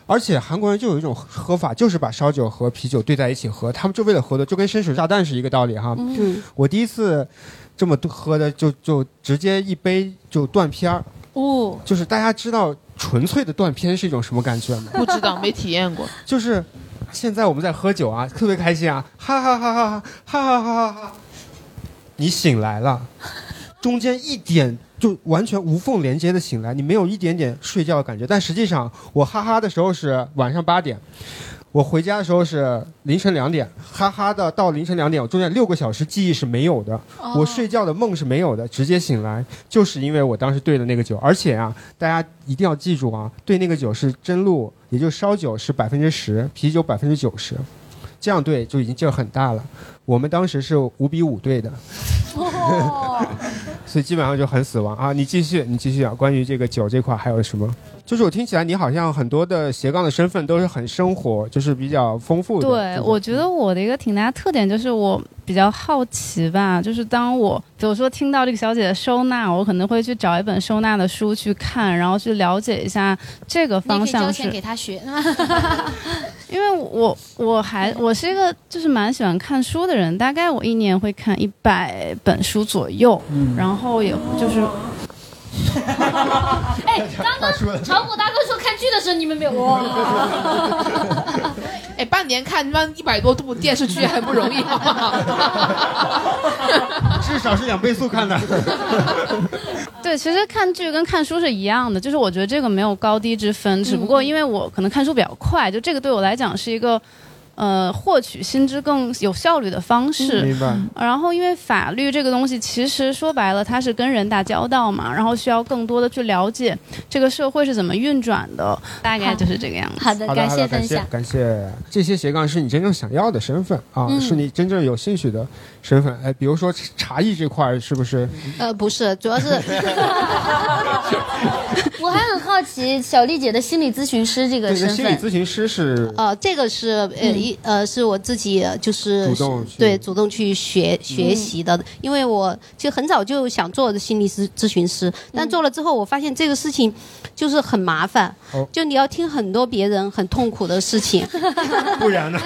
[SPEAKER 2] 而且韩国人就有一种喝法，就是把烧酒和啤酒兑在一起喝，他们就为了喝的，就跟生水炸弹是一个道理哈。
[SPEAKER 3] 嗯
[SPEAKER 2] 我第一次这么多喝的就，就直接一杯就断片儿。
[SPEAKER 4] 哦，
[SPEAKER 2] 就是大家知道纯粹的断片是一种什么感觉吗？
[SPEAKER 4] 不知道，没体验过。
[SPEAKER 2] 就是现在我们在喝酒啊，特别开心啊， 哈哈哈哈哈哈哈哈哈哈！你醒来了，中间一点就完全无缝连接的醒来，你没有一点点睡觉的感觉。但实际上，我哈哈的时候是晚上八点，我回家的时候是凌晨两点，哈哈的到凌晨两点，我中间六个小时记忆是没有的，我睡觉的梦是没有的，直接醒来就是因为我当时兑的那个酒。而且啊，大家一定要记住啊，兑那个酒是真露，也就是烧酒是百分之十，啤酒百分之九十，这样兑就已经劲儿很大了。我们当时是五比五兑的。所以基本上就很死亡啊！你继续，你继续啊！关于这个酒这块还有什么？就是我听起来你好像很多的斜杠的身份都是很生活，就是比较丰富的。
[SPEAKER 15] 对，我觉得我的一个挺大的特点就是我比较好奇吧，就是当我比如说听到这个小姐姐收纳，我可能会去找一本收纳的书去看，然后去了解一下这个
[SPEAKER 1] 你可
[SPEAKER 15] 方
[SPEAKER 1] 以交
[SPEAKER 15] 向
[SPEAKER 1] 钱
[SPEAKER 15] 是
[SPEAKER 1] 给。他 学。
[SPEAKER 15] 因为我我还我是一个就是蛮喜欢看书的人，大概我一年会看一百本书左右，
[SPEAKER 2] 嗯
[SPEAKER 15] 然后也就是
[SPEAKER 1] 哎，刚刚 炒股大哥说看剧的时候你们没 有
[SPEAKER 4] 哎，半年看那一百多部电视剧很不容易，好不好？
[SPEAKER 2] 至少是两倍速看的。
[SPEAKER 15] 对，其实看剧跟看书是一样的，就是我觉得这个没有高低之分，只不
[SPEAKER 2] 嗯
[SPEAKER 15] 过因为我可能看书比较快，就这个对我来讲是一个。呃，获取新知更有效率的方式。
[SPEAKER 2] 嗯明白
[SPEAKER 15] 然后，因为法律这个东西，其实说白了，它是跟人打交道嘛，然后需要更多的去了解这个社会是怎么运转的，大概就是这个样子。
[SPEAKER 1] 好的
[SPEAKER 2] 好的好的感谢感谢这些斜杠是你真正想要的身份啊，
[SPEAKER 1] 嗯
[SPEAKER 2] 是你真正有兴趣的身份。哎，比如说茶艺这块儿是不是？
[SPEAKER 3] 呃，不是，主要是
[SPEAKER 1] 我还很好奇小丽姐的心理咨询师这个
[SPEAKER 2] 这个
[SPEAKER 1] 身
[SPEAKER 2] 心理
[SPEAKER 1] 份。哦
[SPEAKER 2] 咨询师是
[SPEAKER 3] 呃，这个是呃
[SPEAKER 1] 嗯
[SPEAKER 3] 一呃是我自己呃就是
[SPEAKER 2] 主动去
[SPEAKER 3] 对主动去
[SPEAKER 16] 嗯
[SPEAKER 3] 学学习的，因为我其实很早就想做心理咨咨询师，
[SPEAKER 16] 嗯
[SPEAKER 3] 但做了之后我发现这个事情就是很麻烦，
[SPEAKER 2] 哦
[SPEAKER 3] 就你要听很多别人很痛苦的事情，
[SPEAKER 2] 不然呢？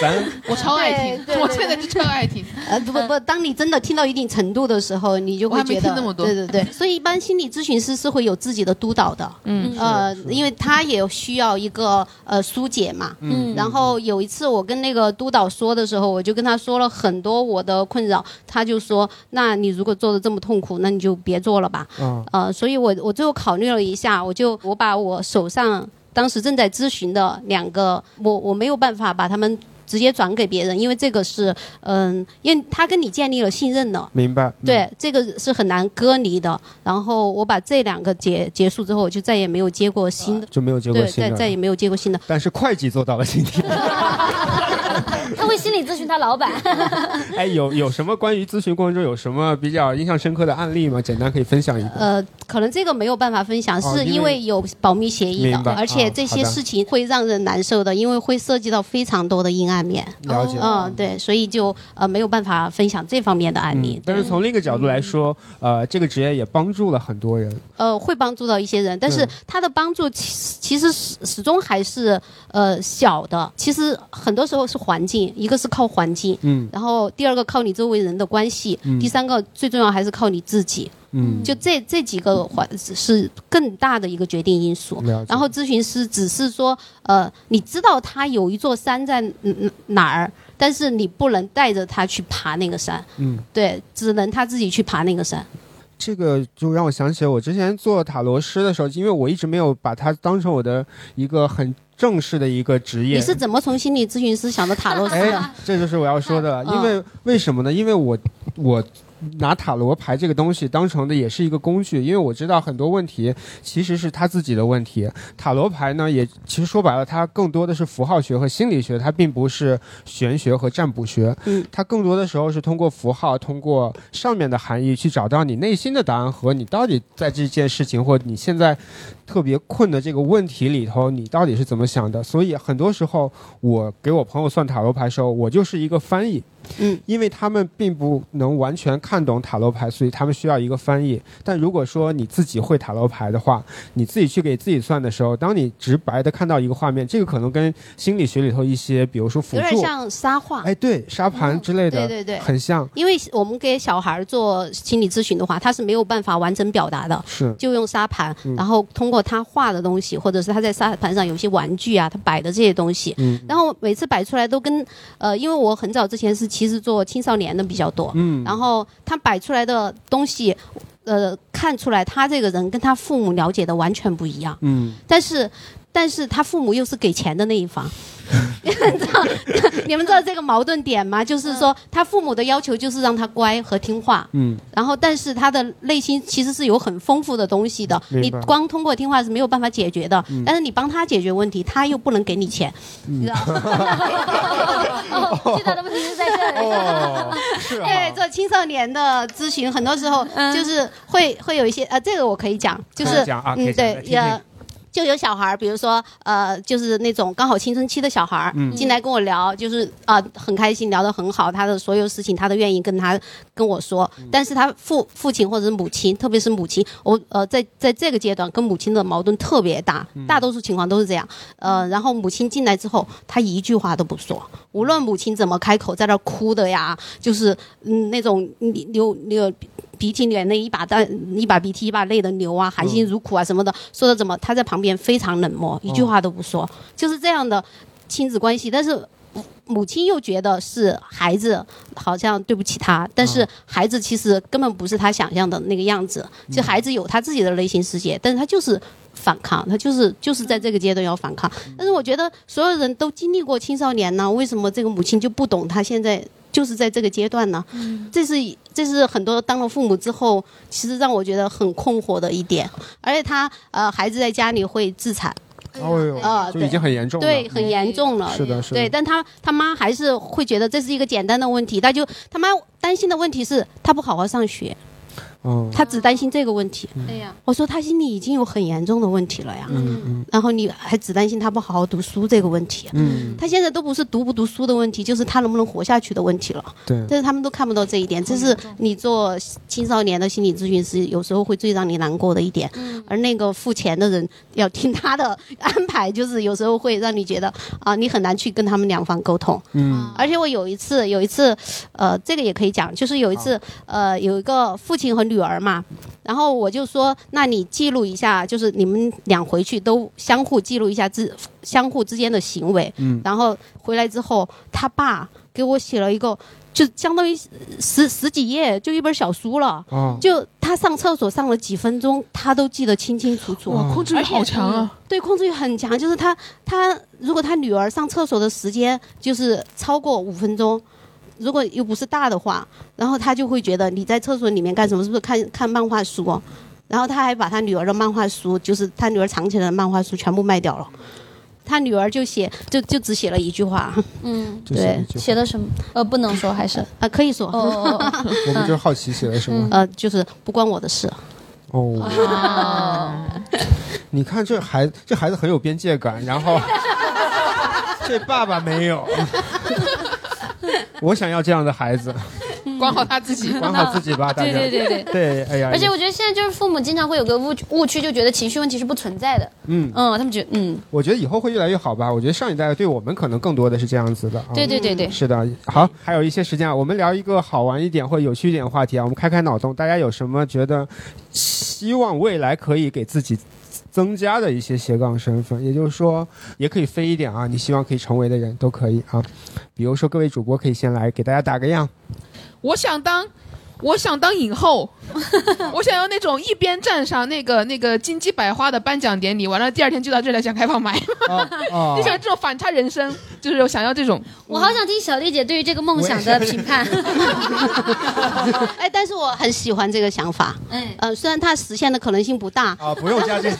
[SPEAKER 2] 咱
[SPEAKER 4] 我超爱听
[SPEAKER 3] 对对，对
[SPEAKER 4] 我现在是超爱听。
[SPEAKER 3] 呃，不不不，当你真的听到一定程度的时候，你就
[SPEAKER 4] 我
[SPEAKER 3] 会
[SPEAKER 4] 还没
[SPEAKER 3] 觉得
[SPEAKER 4] 听那么多
[SPEAKER 3] 对对 对，所以一般心理咨询师是会有自己的督导的，
[SPEAKER 4] 嗯
[SPEAKER 3] 呃
[SPEAKER 4] 是，
[SPEAKER 3] 因为他也需要一个呃疏解嘛，
[SPEAKER 1] 嗯
[SPEAKER 3] 然后有一次我跟那个督导说的时候，我就跟他说了很多我的困扰，他就说，那你如果做的这么痛苦，那你就别做了吧，
[SPEAKER 2] 啊
[SPEAKER 3] 呃，所以我我最后考虑了一下，我就我把我手上当时正在咨询的两个，我我没有办法把他们直接转给别人，因为这个是嗯，因为他跟你建立了信任了。
[SPEAKER 2] 明白。嗯
[SPEAKER 3] 对，这个是很难割离的。然后我把这两个结结束之后，我就再也没有接过新的，
[SPEAKER 2] 啊就没有接过
[SPEAKER 3] 对
[SPEAKER 2] 新
[SPEAKER 3] 再
[SPEAKER 2] 的
[SPEAKER 3] 再也没有接过新的。
[SPEAKER 2] 但是会计做到了今天。
[SPEAKER 1] 他会心理咨询他 老板。
[SPEAKER 2] 哎，有有什么关于咨询过程中有什么比较印象深刻的案例吗？简单可以分享一个。
[SPEAKER 3] 呃，可能这个没有办法分享，
[SPEAKER 2] 哦
[SPEAKER 3] 是
[SPEAKER 2] 因
[SPEAKER 3] 因
[SPEAKER 2] 为
[SPEAKER 3] 为有保密协议的
[SPEAKER 2] 明白，
[SPEAKER 3] 而且
[SPEAKER 2] 啊
[SPEAKER 3] 这
[SPEAKER 2] 好
[SPEAKER 3] 些
[SPEAKER 2] 的
[SPEAKER 3] 事情会让人难受的，因为会涉及到非常多的阴暗面。
[SPEAKER 2] 了解
[SPEAKER 3] 嗯，对，所以就呃没有办法分享这方面啊的嗯案例
[SPEAKER 2] 嗯。，但是从另一个角度来说，呃，这个职业也帮助了很多人。
[SPEAKER 3] 呃，会帮助到一些人，但是
[SPEAKER 2] 嗯
[SPEAKER 3] 他的帮助其其实始始终还是呃小的。其实很多时候是环境，一个是靠环境，
[SPEAKER 2] 嗯
[SPEAKER 3] 然后第二个靠你周围人的关系，
[SPEAKER 2] 嗯
[SPEAKER 3] 第三个最重要还是靠你自己。
[SPEAKER 2] 嗯
[SPEAKER 3] 就这这几个环是更大的一个决定因素
[SPEAKER 2] 了解。
[SPEAKER 3] 然后咨询师只是说，呃，你知道他有一座山在嗯哪儿，但是你不能带着他去爬那个山，
[SPEAKER 2] 嗯，
[SPEAKER 3] 对，只能他自己去爬那个山。
[SPEAKER 2] 这个就让我想起我之前做塔罗师的时候，因为我一直没有把它当成我的一个很正式的一个职业。
[SPEAKER 3] 你是怎么从心理咨询师想到塔罗斯
[SPEAKER 2] 哎
[SPEAKER 3] 的？，
[SPEAKER 2] 这就是我要说的，
[SPEAKER 3] 嗯
[SPEAKER 2] 因为为什么呢？因为我我拿塔罗牌这个东西当成的也是一个工具，因为我知道很多问题其实是他自己的问题。塔罗牌呢，也其实说白了，它更多的是符号学和心理学，它并不是玄学和占卜学。
[SPEAKER 3] 嗯，
[SPEAKER 2] 它更多的时候是通过符号，通过上面的含义去找到你内心的答案和你到底在这件事情或你现在特别困的这个问题里头，你到底是怎么想的。所以很多时候，我给我朋友算塔罗牌的时候，我就是一个翻译。
[SPEAKER 3] 嗯，
[SPEAKER 2] 因为他们并不能完全看懂塔罗牌，所以他们需要一个翻译。但如果说你自己会塔罗牌的话，你自己去给自己算的时候，当你直白的看到一个画面，这个可能跟心理学里头一些，比如说辅
[SPEAKER 3] 有点
[SPEAKER 2] 助，
[SPEAKER 3] 像沙画。
[SPEAKER 2] 哎，对，沙盘之类的，
[SPEAKER 3] 对对对
[SPEAKER 2] 很像。
[SPEAKER 3] 因为我们给小孩做心理咨询的话，他是没有办法完整表达的，
[SPEAKER 2] 是
[SPEAKER 3] 就用沙盘，
[SPEAKER 2] 嗯
[SPEAKER 3] 然后通过他画的东西，或者是他在沙盘上有一些玩具啊，他摆的这些东西，
[SPEAKER 2] 嗯
[SPEAKER 3] 然后每次摆出来都跟呃，因为我很早之前是其实做青少年的比较多，
[SPEAKER 2] 嗯
[SPEAKER 3] 然后他摆出来的东西，呃，看出来他这个人跟他父母了解的完全不一样，
[SPEAKER 2] 嗯，
[SPEAKER 3] 但是。但是他父母又是给钱的那一 方， 你们知道这个矛盾点吗？就是说，他父母的要求就是让他乖和听话，
[SPEAKER 2] 嗯，
[SPEAKER 3] 然后但是他的内心其实是有很丰富的东西的，
[SPEAKER 2] 明
[SPEAKER 3] 你
[SPEAKER 2] 白
[SPEAKER 3] 光通过听话是没有办法解决的。
[SPEAKER 2] 嗯
[SPEAKER 3] 但是你帮他解决问题，他又不能给你钱，
[SPEAKER 2] 嗯，
[SPEAKER 3] 最大的问题是在这里。
[SPEAKER 2] 哦是啊
[SPEAKER 3] 对，做青少年的咨询，很多时候就是会会有一些呃，这个我可以讲，就
[SPEAKER 2] 可
[SPEAKER 3] 是
[SPEAKER 2] 以讲啊可以
[SPEAKER 3] 嗯，
[SPEAKER 2] 讲
[SPEAKER 3] 对
[SPEAKER 2] 来，听听
[SPEAKER 3] 也就有小孩儿，比如说呃，就是那种刚好青春期的小孩儿、
[SPEAKER 2] 嗯
[SPEAKER 3] 进来跟我聊，就是啊、很开心，聊得很好，他的所有事情他都愿意跟他跟我说，但是他父父亲或者是母亲，特别是母亲，我呃在在这个阶段跟母亲的矛盾特别大，大多数情况都是这样，呃，然后母亲进来之后，他一句话都不说，无论母亲怎么开口，在那儿哭的呀，就是嗯那种流流鼻涕眼泪一把大一把鼻涕一把泪的流啊，含辛茹苦啊什么的，说的怎么他在旁边非常冷漠，一句话都不说，就是这样的亲子关系。但是母母亲又觉得是孩子好像对不起他，但是孩子其实根本不是他想象的那个样子，就孩子有他自己的内心世界，但是他就是。反抗，他就是就是在这个阶段要反抗。但是我觉得所有人都经历过青少年呢，为什么这个母亲就不懂他现在就是在这个阶段呢？这是这是很多当了父母之后，其实让我觉得很困惑的一点。而且他呃，孩子在家里会自残，
[SPEAKER 2] 哦
[SPEAKER 3] 啊
[SPEAKER 2] 呦，就
[SPEAKER 3] 对
[SPEAKER 2] 已经很严重了，
[SPEAKER 3] 对，很严重了。
[SPEAKER 2] 是的是的
[SPEAKER 3] 对，但他他妈还是会觉得这是一个简单的问题，他就他妈担心的问题是他不好好上学，
[SPEAKER 2] 嗯，
[SPEAKER 3] 他只担心这个问题。
[SPEAKER 2] 对
[SPEAKER 3] 呀，我说他心里已经有很严重的问题了呀，
[SPEAKER 2] 嗯嗯
[SPEAKER 3] 然后你还只担心他不好好读书这个问题。啊
[SPEAKER 2] 嗯，
[SPEAKER 3] 他现在都不是读不读书的问题，就是他能不能活下去的问题了。
[SPEAKER 2] 对
[SPEAKER 3] 但是他们都看不到这一点，这是你做青少年的心理咨询师有时候会最让你难过的一点。而那个付钱的人要听他的安排，就是有时候会让你觉得啊、你很难去跟他们两方沟通。
[SPEAKER 2] 嗯
[SPEAKER 3] 而且我有一次，有一次，呃，这个也可以讲，就是有一次，呃，有一个父亲和女儿嘛，然后我就说，那你记录一下，就是你们俩回去都相互记录一下之相互之间的行为，
[SPEAKER 2] 嗯
[SPEAKER 3] 然后回来之后，他爸给我写了一个，就相当于十十几页，就一本小书了，
[SPEAKER 2] 哦
[SPEAKER 3] 就他上厕所上了几分钟，他都记得清清楚楚，
[SPEAKER 2] 哇控制欲
[SPEAKER 3] 而且嗯
[SPEAKER 2] 好强啊！
[SPEAKER 3] 对，控制欲很强，就是他他如果他女儿上厕所的时间就是超过五分钟，如果又不是大的话，然后他就会觉得你在厕所里面干什么？是不是看看漫画书、哦？然后他还把他女儿的漫画书，就是他女儿藏起来的漫画书全部卖掉了。他女儿就写，就就只写了一句话，
[SPEAKER 1] 嗯，
[SPEAKER 3] 就写了一句话
[SPEAKER 1] 写的什么？呃，不能说还是
[SPEAKER 3] 啊，可以说，
[SPEAKER 1] 哦哦 哦
[SPEAKER 2] 我们就是好奇写了什么。
[SPEAKER 3] 呃，就是不关我的事。
[SPEAKER 2] 哦，你看这孩子，这孩子很有边界 感，然后这爸爸没有。我想要这样的孩 子，
[SPEAKER 4] 管好他自己，
[SPEAKER 2] 管好自己吧，大家。
[SPEAKER 1] 对对对
[SPEAKER 2] 对
[SPEAKER 1] 对
[SPEAKER 2] 哎呀，
[SPEAKER 1] 嗯而且我觉得现在就是父母经常会有个误误区，就觉得情绪问题是不存在的。
[SPEAKER 2] 嗯
[SPEAKER 1] 嗯，他们觉得嗯，
[SPEAKER 2] 我觉得以后会越来越好吧。我觉得上一代对我们可能更多的是这样子的。啊
[SPEAKER 1] 对对对对
[SPEAKER 2] 是的。好，还有一些时间啊，我们聊一个好玩一点或有趣一点的话题啊，我们开开脑洞，大家有什么觉得希望未来可以给自己增加的一些斜杠身份？也就是说，也可以飞一点啊，你希望可以成为的人都可以啊。比如说，各位主播可以先来给大家打个样。
[SPEAKER 4] 我想当我想当影 后，我想要那种一边站上那个那个金鸡百花的颁奖典礼，完了第二天就到这来讲开放麦，
[SPEAKER 2] 哦
[SPEAKER 4] 就想这种反差人生，就是我想要这种。
[SPEAKER 1] 我好想听小丽姐对于这个梦想的评判。
[SPEAKER 3] 哎，但是我很喜欢这个想法，嗯，呃，虽然它实现的可能性不大，
[SPEAKER 2] 啊，不用加进 去。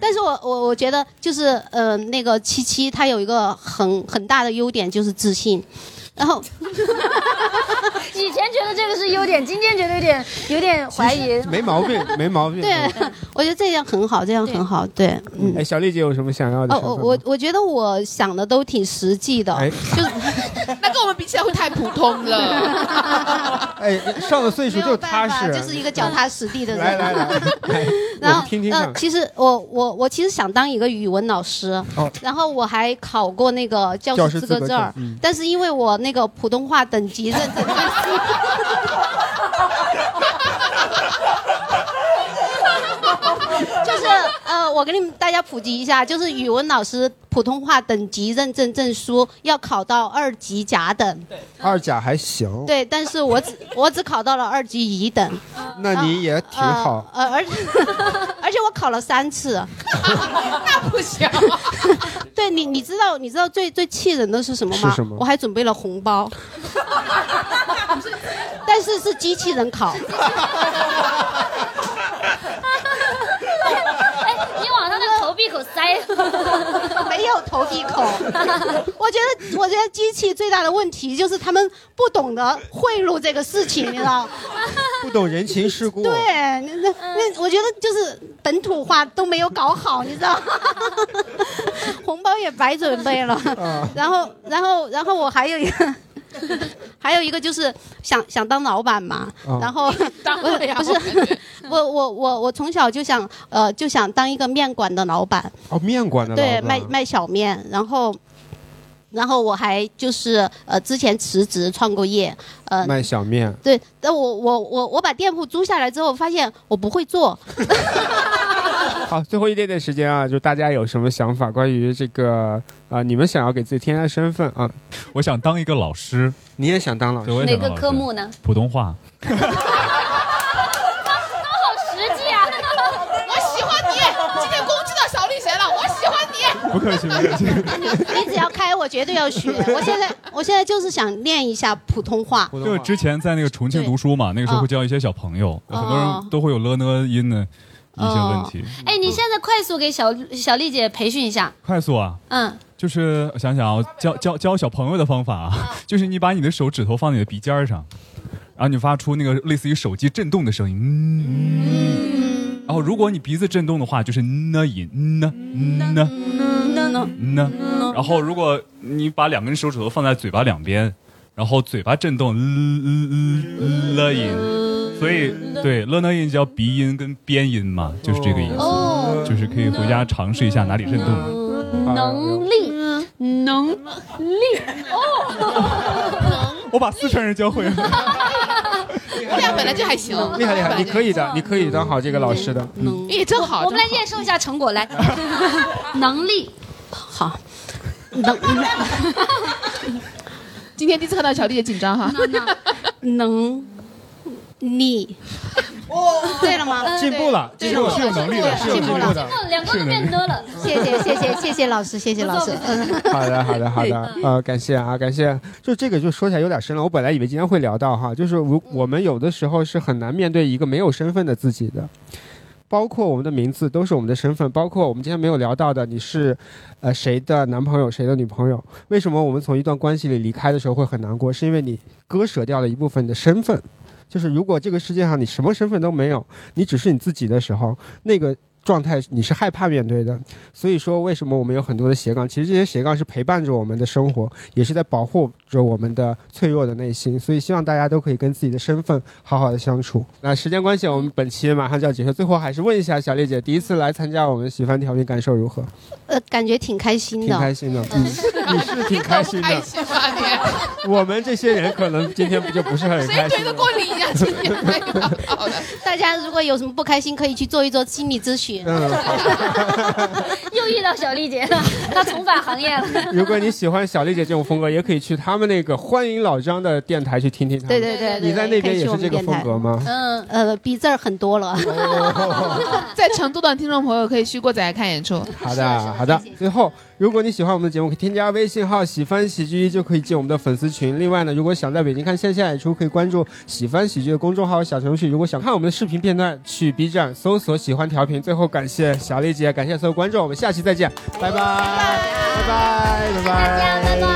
[SPEAKER 3] 但是我我我觉得就是呃，那个七七她有一个很很大的优点就是自信，然后
[SPEAKER 21] 以前觉得这个是优点，今天觉得有点有点怀疑。
[SPEAKER 2] 没毛病， 没毛 病。嗯
[SPEAKER 3] 对，我觉得这样很好，这样很好，对。嗯，
[SPEAKER 2] 哎，小丽姐有什么想要的
[SPEAKER 3] 哦，
[SPEAKER 2] 想法
[SPEAKER 3] 我
[SPEAKER 2] 吗？
[SPEAKER 3] 我我觉得我想的都挺实际的，
[SPEAKER 2] 哎
[SPEAKER 3] 就
[SPEAKER 4] 那跟我们比起来会太普通了。
[SPEAKER 2] 哎，上了岁数就踏
[SPEAKER 3] 啊，
[SPEAKER 2] 实，
[SPEAKER 3] 就是一个脚踏实地的人。
[SPEAKER 2] 来来来，
[SPEAKER 3] 然后
[SPEAKER 2] 听听看
[SPEAKER 3] 呃，其实我我我其实想当一个语文老师，
[SPEAKER 2] 哦
[SPEAKER 3] 然后我还考过那个教师
[SPEAKER 22] 教师资
[SPEAKER 3] 资格
[SPEAKER 22] 格
[SPEAKER 3] 证
[SPEAKER 22] 证，
[SPEAKER 3] 儿
[SPEAKER 22] 嗯
[SPEAKER 3] 但是因为我那个普通话等级认证 太低。就是呃，我给你们大家普及一下，就是语文老师普通话等级认证证书要考到二级甲等，
[SPEAKER 2] 二甲还行，
[SPEAKER 3] 对，但是我 只我只考到了二级乙等，
[SPEAKER 2] 那你也挺好。
[SPEAKER 3] 呃，而且 而且我考了三次，
[SPEAKER 4] 那不行。
[SPEAKER 3] 对你，你知道你知道最最气人的是什么吗？
[SPEAKER 2] 是什么
[SPEAKER 3] 我还准备了红包，但是是机器人考。
[SPEAKER 21] 哎，你往他的头鼻口塞，
[SPEAKER 3] 没有头鼻 口。我觉得，我觉得机器最大的问题就是他们不懂得贿赂这个事情，你知道？
[SPEAKER 2] 不懂人情世故。
[SPEAKER 3] 对，那那那，我觉得就是本土化都没有搞好，你知道？ 红包也白准备了。
[SPEAKER 2] 嗯
[SPEAKER 3] 然后，然后，然后我还有一个。 还有一个就是想想当老板嘛，
[SPEAKER 22] 嗯
[SPEAKER 3] 然后
[SPEAKER 4] 当
[SPEAKER 3] 不
[SPEAKER 4] 了
[SPEAKER 3] 是
[SPEAKER 4] 呀
[SPEAKER 3] 不是我我我我从小就想呃就想当一个面馆的老板，
[SPEAKER 2] 哦，面馆的老
[SPEAKER 3] 对，
[SPEAKER 2] 板
[SPEAKER 3] 卖卖小面，然后。然后我还就是呃，之前辞职创过业，呃，
[SPEAKER 2] 卖小面，
[SPEAKER 3] 对，但我我我我把店铺租下来之后，发现我不会做，
[SPEAKER 2] 好，最后一点点时间啊，就大家有什么想法关于这个啊、你们想要给自己添加身份啊？
[SPEAKER 19] 我想当一个老师，
[SPEAKER 2] 你也想当老师？
[SPEAKER 19] 哪
[SPEAKER 21] 呢？
[SPEAKER 19] 普通话。
[SPEAKER 21] 都好实际啊！
[SPEAKER 4] 我喜欢你，今天攻击到小丽谁了？我喜欢你。
[SPEAKER 19] 不客气，不客 气。
[SPEAKER 3] 你只要开，我绝对要学。我现在我现在就是想练一下普通话，
[SPEAKER 19] 就之前在那个重庆读书嘛，那个时候会教一些小朋友，
[SPEAKER 3] 哦
[SPEAKER 19] 很多人都会有了呢音的一些问题。
[SPEAKER 1] 哎，
[SPEAKER 2] 嗯
[SPEAKER 1] 你现在快速给小小丽姐培训一下，
[SPEAKER 19] 快速啊，
[SPEAKER 1] 嗯，
[SPEAKER 19] 就是我想想啊，教教教小朋友的方法啊， 就是你把你的手指头放在你的鼻尖儿上，然后你发出那个类似于手机震动的声音，嗯，然后如果你鼻子震动的话，就是呢音呢呢
[SPEAKER 1] 呢
[SPEAKER 19] 呢，然后如果你把两根手指头放在嘴巴两边，然后嘴巴震动呃了了音，呃所以对了呢音叫鼻音跟边音嘛，就是这个意
[SPEAKER 1] 哦
[SPEAKER 19] 思，就是可以回家尝试一下哪里震动。
[SPEAKER 1] 能力，能力，
[SPEAKER 19] 我把四川人教会了。
[SPEAKER 4] 我俩本来就还行，
[SPEAKER 2] 厉害厉害，
[SPEAKER 4] 本来
[SPEAKER 2] 你
[SPEAKER 4] 就
[SPEAKER 2] 可以的，你可以当好这个老师的。嗯，
[SPEAKER 4] 咦，真好。
[SPEAKER 1] 我们来验收一下 成果，来，能力，
[SPEAKER 3] 好，能
[SPEAKER 4] 今天第一次看到小丽姐紧张哈。
[SPEAKER 3] 能力。哦，对了吗？
[SPEAKER 2] 进步了
[SPEAKER 3] 对
[SPEAKER 2] 进步了
[SPEAKER 3] 对
[SPEAKER 2] 是有能力的是有
[SPEAKER 3] 进步
[SPEAKER 2] 进步
[SPEAKER 3] 了
[SPEAKER 2] 的。
[SPEAKER 1] 两个都变呢了，
[SPEAKER 3] 谢谢谢谢谢谢老师，谢谢老师。嗯
[SPEAKER 2] 好的，好的，好的，呃，感谢啊，感谢。就这个就说起来有点深了，我本来以为今天会聊到哈，就是我我们有的时候是很难面对一个没有身份的自己的，包括我们的名字都是我们的身份，包括我们今天没有聊到的，你是呃谁的男朋友，谁的女朋友？为什么我们从一段关系里离开的时候会很难过？是因为你割舍掉了一部分你的身份。就是如果这个世界上你什么身份都没有，你只是你自己的时候，那个状态你是害怕面对的。所以说，为什么我们有很多的斜杠？其实这些斜杠是陪伴着我们的生活，也是在保护着我们的脆弱的内心。所以希望大家都可以跟自己的身份好好的相处。那时间关系，我们本期马上就要结束。最后还是问一下小丽姐，第一次来参加我们喜番调频，感受如何？
[SPEAKER 3] 呃，感觉挺开心的，
[SPEAKER 2] 挺开心的，嗯，你是挺开心的。
[SPEAKER 4] 啊你？
[SPEAKER 2] 我们这些人可能今天就不是很
[SPEAKER 4] 谁
[SPEAKER 2] 开
[SPEAKER 4] 怼
[SPEAKER 2] 心
[SPEAKER 4] 得。过你呀、今 天？
[SPEAKER 3] 大家如果有什么不开心，可以去做一做心理咨询。
[SPEAKER 2] 嗯，
[SPEAKER 21] 又遇到小丽姐了，她重返行业了。
[SPEAKER 2] 如果你喜欢小丽姐这种风格，也可以去他们那个欢迎老张的电台去听听他们。
[SPEAKER 3] 对对对对，
[SPEAKER 2] 你在那边
[SPEAKER 3] 可以
[SPEAKER 2] 也
[SPEAKER 3] 去我
[SPEAKER 2] 是
[SPEAKER 3] 们
[SPEAKER 2] 这个
[SPEAKER 3] 电台
[SPEAKER 2] 风格吗？
[SPEAKER 3] 嗯呃，比这儿很多了。
[SPEAKER 4] 哦 在成都的听众朋友可以去过仔看演 出。
[SPEAKER 2] 好的，好的。最后，如果你喜欢我们的节目，可以添加微信号“喜欢喜剧一”，就可以进我们的粉丝群。另外呢，如果想在北京看线下演出，可以关注“喜欢喜剧”的公众号、小程序。如果想看我们的视频片段，去 B 站搜索“喜欢调频”。最后，感谢小丽姐，感谢所有观众，我们下期再见，拜拜，拜拜，拜拜，拜拜。